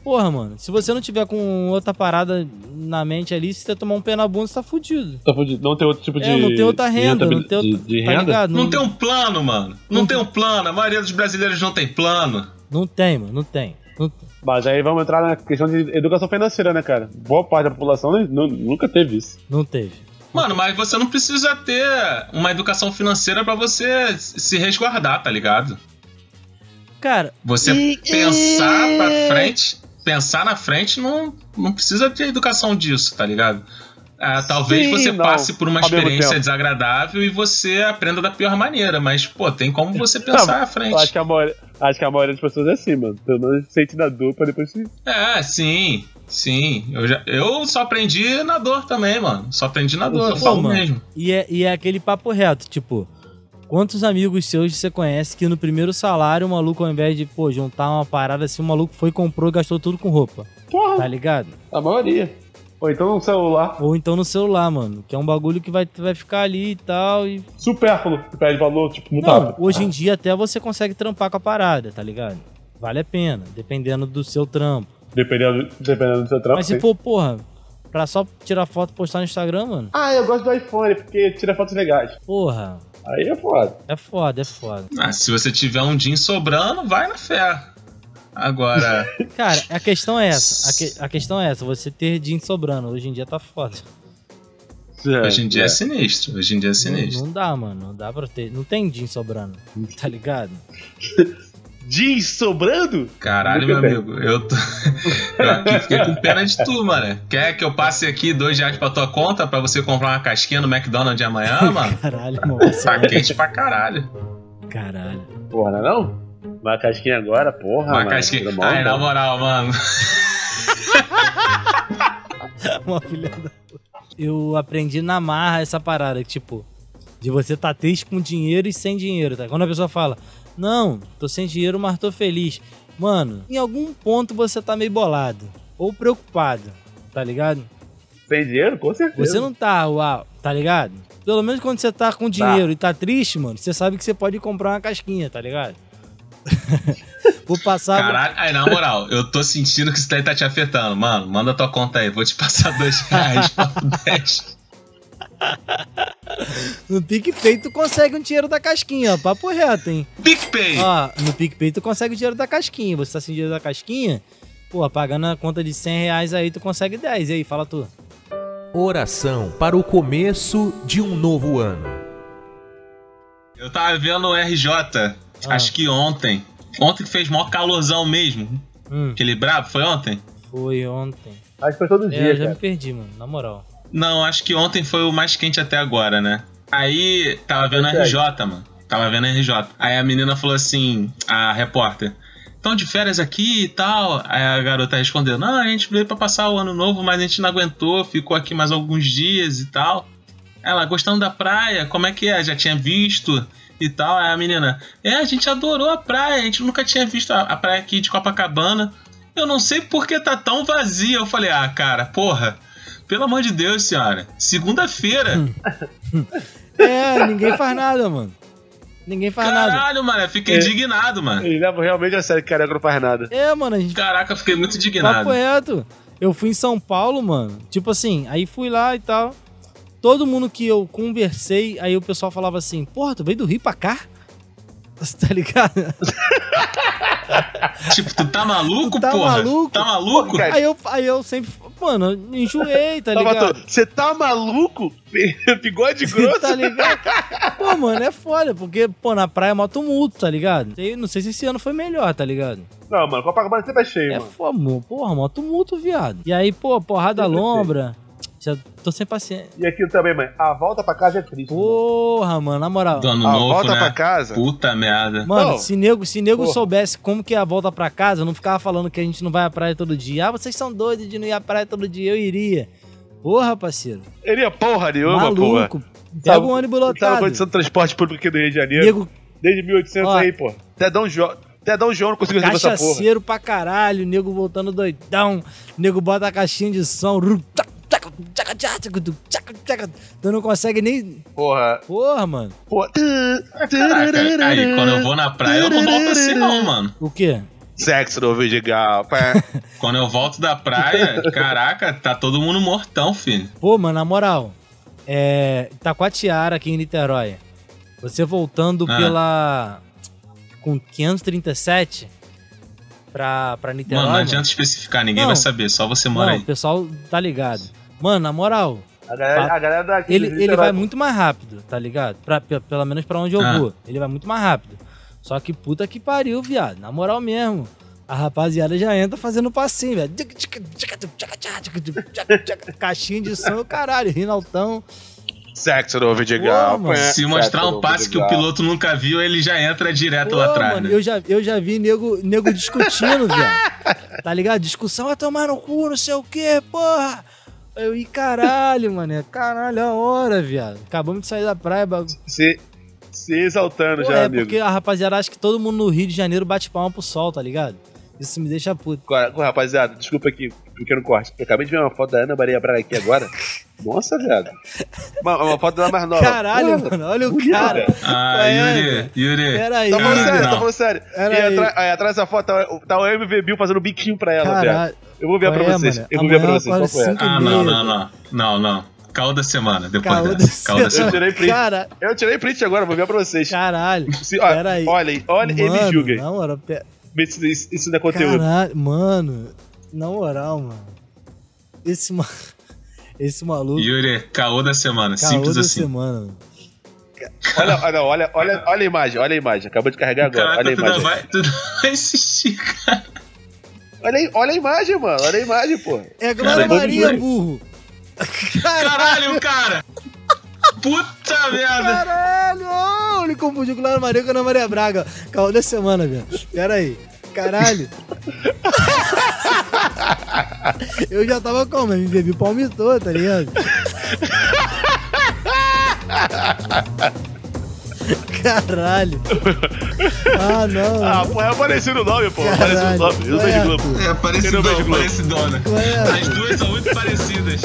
Speaker 4: Porra, mano, se você não tiver com outra parada na mente ali, se você tomar um pé na bunda, você tá fudido.
Speaker 5: Tá fudido. Não tem outro tipo de.
Speaker 4: é, não tem outra
Speaker 5: de
Speaker 4: renda, não
Speaker 5: rentabil-
Speaker 4: tem outra.
Speaker 5: De, de
Speaker 4: tá
Speaker 5: renda?
Speaker 4: ligado?
Speaker 3: Não tem um plano, mano. Não tem um plano. A maioria dos brasileiros não tem plano.
Speaker 4: não tem, mano, não tem. Não tem.
Speaker 5: Mas aí vamos entrar na questão de educação financeira, né, cara? Boa parte da população não- não- nunca teve isso.
Speaker 4: Não teve.
Speaker 3: Mano, mas você não precisa ter uma educação financeira pra você se resguardar, tá ligado?
Speaker 4: Cara,
Speaker 3: Você
Speaker 4: E-
Speaker 3: pensar
Speaker 4: e-
Speaker 3: pra frente, pensar na frente não, não precisa ter educação disso, tá ligado? Ah, talvez
Speaker 5: Sim,
Speaker 3: você
Speaker 5: não,
Speaker 3: passe por uma
Speaker 5: ao mesmo
Speaker 3: experiência
Speaker 5: tempo.
Speaker 3: desagradável e você aprenda da pior maneira, mas, pô, tem como você pensar à
Speaker 5: Eu acho
Speaker 3: frente.
Speaker 5: que a maioria, acho que a maioria das pessoas é assim, mano. Pelo menos sente da dor pra depois se.
Speaker 3: É, sim, sim. Eu, já, eu só aprendi na dor também, mano. Só aprendi na dor, eu
Speaker 4: Pô,
Speaker 3: falo
Speaker 4: mano.
Speaker 3: mesmo.
Speaker 4: e é, e é aquele papo reto, tipo, quantos amigos seus você conhece que no primeiro salário o maluco, ao invés de, pô, juntar uma parada assim, o maluco foi, comprou e gastou tudo com roupa.
Speaker 5: Porra,
Speaker 4: Tá ligado?
Speaker 5: a maioria. Ou então um celular
Speaker 4: Ou então no celular, mano, que é um bagulho que vai, vai ficar ali e tal. E...
Speaker 5: supérfluo, que perde valor, tipo, muito
Speaker 4: Não,
Speaker 5: rápido.
Speaker 4: hoje em dia até você consegue trampar com a parada, tá ligado? Vale a pena, dependendo do seu trampo.
Speaker 5: Dependendo, dependendo do seu trampo.
Speaker 4: Mas se
Speaker 5: sim.
Speaker 4: for, porra, pra só tirar foto e postar no Instagram, mano,
Speaker 5: Ah, eu gosto do iPhone, porque tira fotos legais.
Speaker 4: porra,
Speaker 5: Aí é foda.
Speaker 4: é foda, é foda.
Speaker 3: Ah, se você tiver um din sobrando, vai na fé. Agora,
Speaker 4: Cara, a questão é essa. A, que- a questão é essa, você ter din sobrando. Hoje em dia tá foda.
Speaker 3: hoje em dia é sinistro. Hoje em dia é sinistro.
Speaker 4: Não, não dá, mano. Não dá pra ter. Não tem din sobrando. Tá ligado?
Speaker 3: é.
Speaker 5: Jeans sobrando?
Speaker 3: Caralho, meu
Speaker 5: Muito bem.
Speaker 3: amigo, eu, tô... eu aqui fiquei com pena de tu, mano. Quer que eu passe aqui dois reais pra tua conta pra você comprar uma casquinha no McDonald's amanhã, mano?
Speaker 4: Caralho, irmão. você
Speaker 3: Tá
Speaker 4: é-
Speaker 3: quente pra caralho.
Speaker 4: Caralho.
Speaker 5: Porra, não é não? Uma casquinha agora, porra.
Speaker 3: uma
Speaker 5: mano.
Speaker 3: casquinha.
Speaker 5: Tá bom,
Speaker 3: Ai, na
Speaker 5: mano.
Speaker 3: moral, mano.
Speaker 4: Uma filha da puta. Eu aprendi na marra essa parada, tipo, de você tá triste com dinheiro e sem dinheiro, tá? Quando a pessoa fala, não, tô sem dinheiro, mas tô feliz. Mano, em algum ponto você tá meio bolado ou preocupado, tá ligado?
Speaker 5: Sem dinheiro? Com certeza.
Speaker 4: Você não tá, uau, tá ligado? Pelo menos quando você tá com dinheiro e tá triste, mano, você sabe que você pode comprar uma casquinha, tá ligado? Vou passar.
Speaker 3: Caralho. Ai, na moral, eu tô sentindo que isso daí tá te afetando. Mano, manda tua conta aí. Vou te passar dois reais, papo 10.
Speaker 4: No PicPay tu consegue um dinheiro da casquinha, ó, papo reto, hein?
Speaker 3: PicPay!
Speaker 4: Ó, no PicPay tu consegue o dinheiro da casquinha. Você tá sem dinheiro da casquinha? Pô, pagando a conta de 100 reais aí, tu consegue 10. E aí, fala tu.
Speaker 1: Oração para o começo de um novo ano.
Speaker 3: Eu tava vendo o RJ,
Speaker 4: Ah.
Speaker 3: acho que ontem. Ontem que fez mó calorzão mesmo.
Speaker 4: Hum,
Speaker 3: Aquele brabo, foi ontem?
Speaker 4: foi ontem.
Speaker 5: Acho que foi todo
Speaker 4: É,
Speaker 5: dia,
Speaker 4: eu já
Speaker 5: cara.
Speaker 4: me perdi, mano, na moral.
Speaker 3: Não, acho que ontem foi o mais quente até agora, né? Aí tava vendo a
Speaker 5: Consegue.
Speaker 3: RJ, mano. Tava vendo a RJ. Aí a menina falou assim, a repórter. Estão de férias aqui e tal. Aí a garota respondeu: Não, a gente veio pra passar o ano novo, mas a gente não aguentou, ficou aqui mais alguns dias e tal. Ela, gostando da praia, como é que é? Já tinha visto e tal. Aí a menina: É, a gente adorou a praia, a gente nunca tinha visto a, a praia aqui de Copacabana. Eu não sei por que tá tão vazia. Eu falei: Ah, cara, porra, pelo amor de Deus, senhora. Segunda-feira.
Speaker 4: É, ninguém faz nada, mano. Ninguém faz nada.
Speaker 3: Caralho, mano, eu fiquei
Speaker 5: É.
Speaker 3: indignado, mano.
Speaker 5: Ele leva realmente a sério que careca não faz nada.
Speaker 4: É, mano, a gente
Speaker 3: Caraca, eu fiquei muito
Speaker 4: Papo
Speaker 5: Tá
Speaker 3: indignado.
Speaker 4: reto. Eu fui em São Paulo, mano. Tipo assim, aí fui lá e tal. Todo mundo que eu conversei, aí o pessoal falava assim: Porra, tu veio do Rio pra cá? Você tá ligado?
Speaker 3: Tipo, tu tá maluco,
Speaker 4: é- Tu tá
Speaker 3: porra?
Speaker 4: maluco?
Speaker 3: Tá maluco?
Speaker 5: Cara,
Speaker 4: Aí eu, aí eu sempre, mano, eu enjoei, tá
Speaker 5: Tava
Speaker 4: ligado?
Speaker 5: todo- Você tá maluco? Bigode grosso?
Speaker 4: tá ligado? Pô, mano, é foda, porque, pô, na praia é mó tumulto, tá ligado? E não sei se esse ano foi melhor, tá ligado?
Speaker 5: Não, mano, Copacabana sempre é cheio,
Speaker 4: É
Speaker 5: mano.
Speaker 4: foda, mo- porra, mó tumulto, viado. E aí, pô, porrada
Speaker 5: Sempre
Speaker 4: lombra. Já tô sem paciência.
Speaker 5: E aquilo também, mãe. A volta pra casa é triste.
Speaker 4: Porra, mano, na moral.
Speaker 3: Do ano
Speaker 5: mano. A
Speaker 3: novo,
Speaker 5: volta
Speaker 3: né?
Speaker 5: pra casa.
Speaker 3: Puta merda.
Speaker 4: Mano,
Speaker 5: Não.
Speaker 4: se nego, se nego
Speaker 5: Oh. Porra.
Speaker 4: soubesse como que é a volta pra casa, eu não ficava falando que a gente não vai à praia todo dia. Ah, vocês são doidos de não ir à praia todo dia, eu iria. Porra, parceiro.
Speaker 5: Ele é porra nenhuma, porra.
Speaker 4: Maluco. Pega
Speaker 5: Sabe-
Speaker 4: um ônibus
Speaker 5: Tá na
Speaker 4: lotado.
Speaker 5: condição do transporte público aqui do Rio de Janeiro.
Speaker 4: Nego
Speaker 5: Desde 1800
Speaker 4: Ó.
Speaker 5: aí, pô. Até Dom João. Até Dom João não conseguiu resolver essa porra.
Speaker 4: cachaceiro pra caralho, nego voltando doidão, nego bota a caixinha de som. ru, tac, tac, tac, tac, tac, tac, tac. Tu não consegue nem.
Speaker 5: Porra.
Speaker 4: Porra, mano.
Speaker 5: Porra.
Speaker 3: Caraca, aí quando eu vou na praia, eu não volto assim não, mano.
Speaker 4: O quê?
Speaker 5: Sexo no vídeo gal. pá.
Speaker 3: Quando eu volto da praia, caraca, tá todo mundo mortão, filho.
Speaker 4: Pô, mano, na moral, é. Taquatiara aqui em Niterói. Você voltando
Speaker 3: Ah.
Speaker 4: pela. Com 537 pra, pra Niterói.
Speaker 3: Mano, não
Speaker 4: mano.
Speaker 3: adianta especificar, ninguém
Speaker 4: Não.
Speaker 3: vai saber, só você
Speaker 4: Não,
Speaker 3: mora
Speaker 4: o pessoal tá ligado. Mano, na moral,
Speaker 5: A galera, a galera daqui.
Speaker 4: ele,
Speaker 5: do
Speaker 4: ele vai
Speaker 5: Niterói.
Speaker 4: muito mais rápido, tá ligado? Pra, pe- pelo menos pra onde eu
Speaker 3: Ah.
Speaker 4: vou. Ele vai muito mais rápido. Só que puta que pariu, viado. Na moral mesmo. A rapaziada já entra fazendo passinho, velho. Tic, tic, tic, tic, tic, tic, tic, tic, tic. Caixinha de som, caralho. Rinaltão.
Speaker 5: Sexo no vídeo
Speaker 4: Porra,
Speaker 5: gal.
Speaker 4: mano.
Speaker 5: pá.
Speaker 3: aí. Se
Speaker 5: Sexo
Speaker 3: mostrar
Speaker 5: no
Speaker 3: um passe que o
Speaker 5: Vidigal.
Speaker 3: piloto nunca viu, ele já entra direto
Speaker 4: Pô,
Speaker 3: lá atrás.
Speaker 4: mano,
Speaker 3: né?
Speaker 4: eu já, eu já vi nego, nego discutindo, velho. Tá ligado? Discussão vai tomar no cu, não sei o quê, porra. Eu, e caralho, mano. é Caralho, a hora, viado. Acabamos de sair da praia, bagulho.
Speaker 5: Se, se exaltando
Speaker 4: Pô,
Speaker 5: já,
Speaker 4: é
Speaker 5: amigo.
Speaker 4: porque a rapaziada acha que todo mundo no Rio de Janeiro bate palma pro sol, tá ligado? Isso me deixa puto.
Speaker 5: Agora, agora, Rapaziada, desculpa aqui, pequeno corte. Eu acabei de ver uma foto da Ana Maria Braga aqui agora. Nossa, viado. Uma, uma foto dela mais nova.
Speaker 4: Caralho,
Speaker 5: Porra,
Speaker 4: mano, olha o
Speaker 5: bonita,
Speaker 4: cara.
Speaker 5: velho.
Speaker 3: Ah,
Speaker 4: Vai,
Speaker 3: Yuri, Yuri.
Speaker 4: Pera aí,
Speaker 5: Tá falando
Speaker 3: Caralho,
Speaker 5: sério, tá
Speaker 3: não.
Speaker 5: falando sério.
Speaker 4: Era
Speaker 5: e
Speaker 4: aí.
Speaker 5: atrás, aí atrás dessa foto tá, o- tá o MV Bill fazendo biquinho pra ela, velho.
Speaker 4: Caralho.
Speaker 5: Eu vou ver
Speaker 4: Qual
Speaker 5: pra
Speaker 4: é,
Speaker 5: vocês.
Speaker 4: mano?
Speaker 5: Eu vou ver pra
Speaker 4: Amanhã
Speaker 5: vocês. Qual
Speaker 4: acorda
Speaker 5: foi?
Speaker 4: cinco-
Speaker 3: Ah, não,
Speaker 4: Primeiro.
Speaker 3: não, não. Não, não. Caô da semana, depois
Speaker 4: Caô
Speaker 3: dessa. Caô da
Speaker 4: céu.
Speaker 5: Eu
Speaker 3: semana.
Speaker 5: tirei print.
Speaker 4: Cara,
Speaker 5: Eu tirei print agora, vou ver pra vocês.
Speaker 4: caralho.
Speaker 5: Se, ó,
Speaker 4: pera aí.
Speaker 5: Olhem, olhem e me
Speaker 4: Mano,
Speaker 5: julguem.
Speaker 4: Na moral, pe-
Speaker 5: Vê se isso, isso não é conteúdo.
Speaker 4: caralho, mano. Na moral, mano. Esse, ma... Esse maluco.
Speaker 3: Yuri, caô da semana,
Speaker 4: Caô
Speaker 3: simples
Speaker 4: da
Speaker 3: assim.
Speaker 4: semana, mano.
Speaker 5: Olha, olha, olha, olha, olha a imagem, olha a imagem. Acabou de carregar agora.
Speaker 3: Caraca,
Speaker 5: olha a
Speaker 3: tu ainda
Speaker 5: imagem.
Speaker 3: vai, tu ainda vai insistir, cara.
Speaker 5: Olha, aí- olha a imagem, mano. Olha a imagem, pô.
Speaker 4: É Glória
Speaker 5: Caralho,
Speaker 4: Maria,
Speaker 5: mano.
Speaker 4: burro.
Speaker 3: Caralho, cara! Puta merda!
Speaker 4: Caralho, oh, ele confundiu com Glória Maria com Ana Maria Braga. Caô da semana, velho. Pera aí. Caralho. Eu já tava como? Me bebi palmitou, tá ligado? Caralho. Ah, não.
Speaker 5: Ah, porra, é parecido o nome, pô. É
Speaker 4: Caralho.
Speaker 5: parecido o nome. Eu não
Speaker 4: Ué,
Speaker 5: vejo Globo.
Speaker 4: Arthur.
Speaker 3: É
Speaker 5: Eu não vejo
Speaker 3: parecidona, parecidona.
Speaker 5: Globo.
Speaker 4: Qual é?
Speaker 3: As duas são muito parecidas.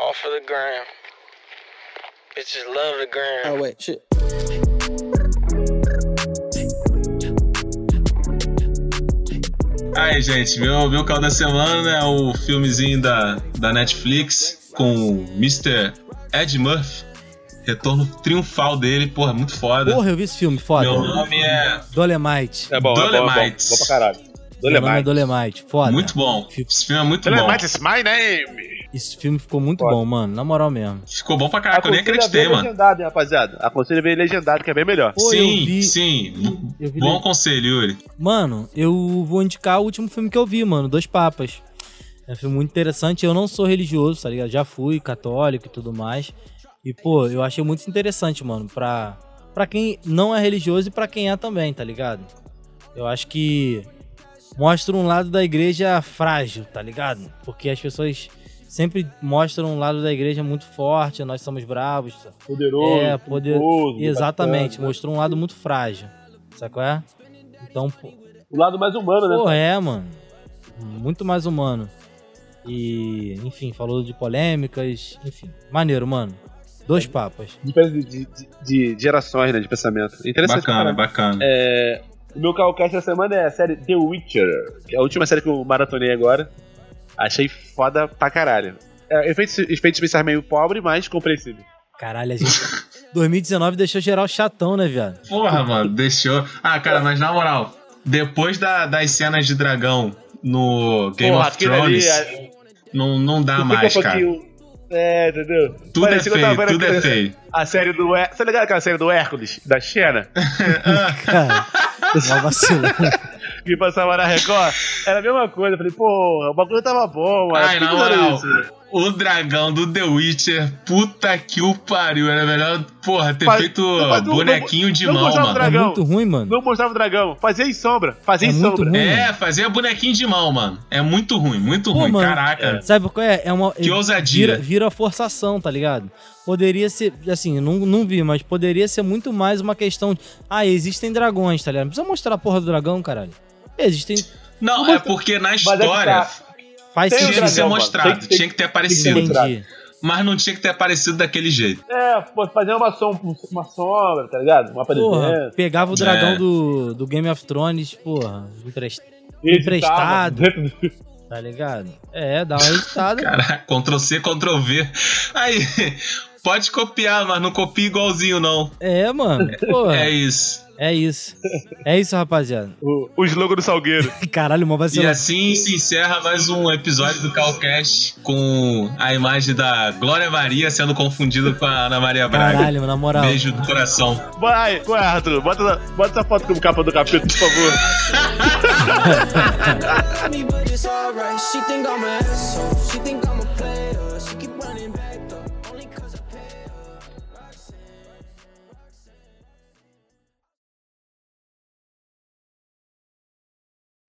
Speaker 7: All for the gram. Bitches love the gram.
Speaker 8: Oh wait, shit.
Speaker 3: Aí, gente, meu, meu caldo da semana é o filmezinho da, da Netflix com o Mr. Ed Murphy. Retorno triunfal dele, porra, é muito foda.
Speaker 4: Porra, eu vi esse filme, foda.
Speaker 3: Meu nome é
Speaker 4: Dolemite.
Speaker 5: É bom, é bom, é bom.
Speaker 3: Dolemites.
Speaker 5: Bom pra caralho.
Speaker 4: Meu nome é
Speaker 5: Dolemite.
Speaker 4: Dolemite, foda.
Speaker 3: muito bom. Esse filme é muito bom.
Speaker 5: is my name.
Speaker 4: Esse filme ficou muito
Speaker 5: Foda.
Speaker 4: bom, mano. Na moral mesmo.
Speaker 3: Ficou bom pra caraca, eu nem acreditei,
Speaker 5: ver
Speaker 3: mano.
Speaker 5: legendado, hein, rapaziada. Aconselho a ver legendado, que é bem melhor.
Speaker 4: Pô, eu
Speaker 3: sim,
Speaker 4: vi-
Speaker 3: sim.
Speaker 4: Eu vi
Speaker 3: Bom conselho, Yuri.
Speaker 4: Mano, eu vou indicar o último filme que eu vi, mano, Dois Papas. É um filme muito interessante. Eu não sou religioso, tá ligado? Já fui católico e tudo mais. E, pô, eu achei muito interessante, mano, pra, pra quem não é religioso e pra quem é também, tá ligado? Eu acho que mostra um lado da igreja frágil, tá ligado? Porque as pessoas sempre mostram um lado da igreja muito forte, nós somos bravos, tá?
Speaker 5: Poderoso.
Speaker 4: É, poder-
Speaker 5: culposo,
Speaker 4: Exatamente,
Speaker 5: bacana.
Speaker 4: mostrou um lado muito frágil. Sabe qual é? Então, pô,
Speaker 5: O lado mais humano, né?
Speaker 4: Pô, é, mano. Muito mais humano. E, enfim, falou de polêmicas, enfim. Maneiro, mano. Dois papas.
Speaker 5: Diferença de, de, de- de gerações, né? De pensamento. Interessante.
Speaker 3: Bacana,
Speaker 5: pra
Speaker 3: bacana.
Speaker 5: caralho. É, o meu calcast da semana é a série The Witcher, que é a última série que eu maratonei agora. Achei foda pra caralho. É, efeitos, efeitos especiais meio pobre, mas compreensível.
Speaker 4: Caralho, a gente. 2019 deixou geral chatão, né, viado?
Speaker 3: Porra, mano, deixou. Ah, cara, mas na moral, depois da- das cenas de dragão no Game
Speaker 5: Porra,
Speaker 3: of
Speaker 5: aquilo
Speaker 3: Thrones,
Speaker 5: ali, é-
Speaker 3: não, não dá
Speaker 5: fica
Speaker 3: mais,
Speaker 5: um
Speaker 3: cara.
Speaker 5: pouquinho- É, entendeu?
Speaker 3: Tudo é
Speaker 5: Parecia que eu tava
Speaker 3: feio,
Speaker 5: vendo
Speaker 3: tudo é
Speaker 5: aquela-
Speaker 3: feio.
Speaker 5: A série do. Her- Tá ligado aquela série do Hércules, da Xena?
Speaker 4: Cara, uma É vacilão.
Speaker 5: Que passava na Record? Era a mesma coisa. Eu falei, porra, o bagulho tava bom, mano.
Speaker 3: Ai,
Speaker 5: Por que
Speaker 3: na
Speaker 5: fizeram
Speaker 3: moral.
Speaker 5: isso?
Speaker 3: O dragão do The Witcher, puta que o pariu. Era melhor, porra, ter
Speaker 5: Faz- um-
Speaker 3: feito
Speaker 5: Mas não-
Speaker 3: bonequinho
Speaker 5: não-
Speaker 3: de
Speaker 5: não
Speaker 3: mão,
Speaker 5: gostava do
Speaker 3: mano.
Speaker 4: É
Speaker 5: Dragão.
Speaker 4: muito ruim, mano.
Speaker 5: Não mostrava o dragão. Fazia em sombra. Fazia
Speaker 4: É
Speaker 5: em
Speaker 4: muito
Speaker 5: sombra.
Speaker 4: ruim.
Speaker 3: É, fazia bonequinho de mão, mano. É muito ruim, muito
Speaker 4: Pô,
Speaker 3: ruim.
Speaker 4: mano,
Speaker 3: Caraca.
Speaker 4: Sabe qual é? é uma,
Speaker 3: Que ousadia.
Speaker 4: Vira, vira forçação, tá ligado? Poderia ser, assim, não, não vi, mas poderia ser muito mais uma questão. De, ah, existem dragões, tá ligado? Não precisa mostrar a porra do dragão, caralho. Existem.
Speaker 3: Não, é porque na
Speaker 5: é que
Speaker 3: história
Speaker 5: tá.
Speaker 4: Faz
Speaker 5: Tem o
Speaker 3: tinha que
Speaker 4: sentido.
Speaker 3: ser
Speaker 5: dragão, mano.
Speaker 3: mostrado,
Speaker 5: Tem que- tem-
Speaker 3: tinha que ter
Speaker 5: ser
Speaker 3: aparecido.
Speaker 5: tem mostrado.
Speaker 4: Entendi.
Speaker 3: mas não tinha que ter aparecido daquele jeito.
Speaker 5: É, pô, fazia uma, som- uma sombra, tá ligado? Uma
Speaker 4: Porra,
Speaker 5: aparência.
Speaker 4: pegava o dragão
Speaker 3: É.
Speaker 4: do, do Game of Thrones, porra, emprest-
Speaker 5: Editava dentro do-
Speaker 4: tá ligado? É, dá uma editada.
Speaker 3: Caraca, Ctrl C, Ctrl V. Aí, pode copiar, mas não copia igualzinho, não.
Speaker 4: é, mano, porra,
Speaker 3: É
Speaker 4: é,
Speaker 3: isso.
Speaker 4: isso. É isso, rapaziada.
Speaker 5: O, o slogan do Salgueiro.
Speaker 4: Caralho, mó
Speaker 3: E
Speaker 4: vacilão.
Speaker 3: assim se encerra mais um episódio do Calcast com a imagem da Glória Maria sendo confundida com a Ana Maria Braga.
Speaker 4: Caralho, na moral.
Speaker 3: Beijo do coração.
Speaker 5: Vai, vai, Arthur. Bota, bota essa foto como capa do capítulo, por favor.
Speaker 8: me, but it's alright. She think I'm an asshole. She think I'm a player. She keep running back though, only 'cause I pay her. Roxanne, Roxanne.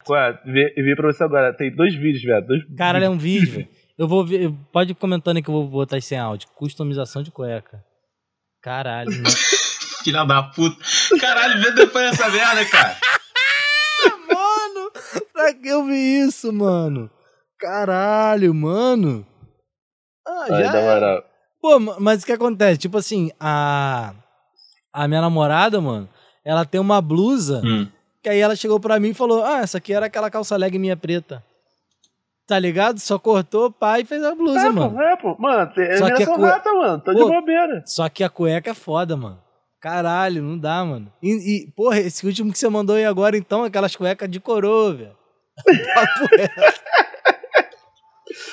Speaker 5: Ué, vi, vi pra você agora. Tem dois vídeos, velho. Dois...
Speaker 4: Caralho, é um vídeo. Eu vou ver. Pode ir comentando aí que eu vou botar isso em áudio. Customização de cueca. Caralho. mano.
Speaker 3: Filha da puta. Caralho, vê depois dessa merda, cara.
Speaker 4: mano, pra que eu vi isso, mano? Caralho, mano. Ah,
Speaker 5: Ai,
Speaker 4: já
Speaker 5: na
Speaker 4: era.
Speaker 5: moral.
Speaker 4: Pô, ma- mas o que acontece? Tipo assim, a. A minha namorada, mano, ela tem uma blusa
Speaker 3: Hum.
Speaker 4: que aí ela chegou pra mim e falou: Ah, essa aqui era aquela calça leg minha preta. Tá ligado? Só cortou, pá, e fez a blusa,
Speaker 5: É,
Speaker 4: mano.
Speaker 5: pô, é, pô. Mano, tem- é
Speaker 4: Só que
Speaker 5: minha
Speaker 4: é cu-
Speaker 5: sonata, mano. Tô de
Speaker 4: Pô.
Speaker 5: bobeira.
Speaker 4: Só que a cueca é foda, mano. Caralho, não dá, mano. E, e, porra, esse último que você mandou aí agora, então, aquelas cuecas de coroa, velho. Papo reto.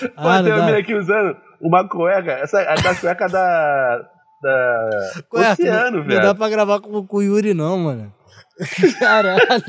Speaker 5: Pô,
Speaker 4: ah,
Speaker 5: tem uma
Speaker 4: não
Speaker 5: mina
Speaker 4: dá.
Speaker 5: aqui usando uma cueca. Essa é a da cueca da. da.
Speaker 4: Cueca, não-
Speaker 5: Oceano,
Speaker 4: Não dá
Speaker 5: velho.
Speaker 4: pra gravar com, com o Yuri, não, mano. Caralho.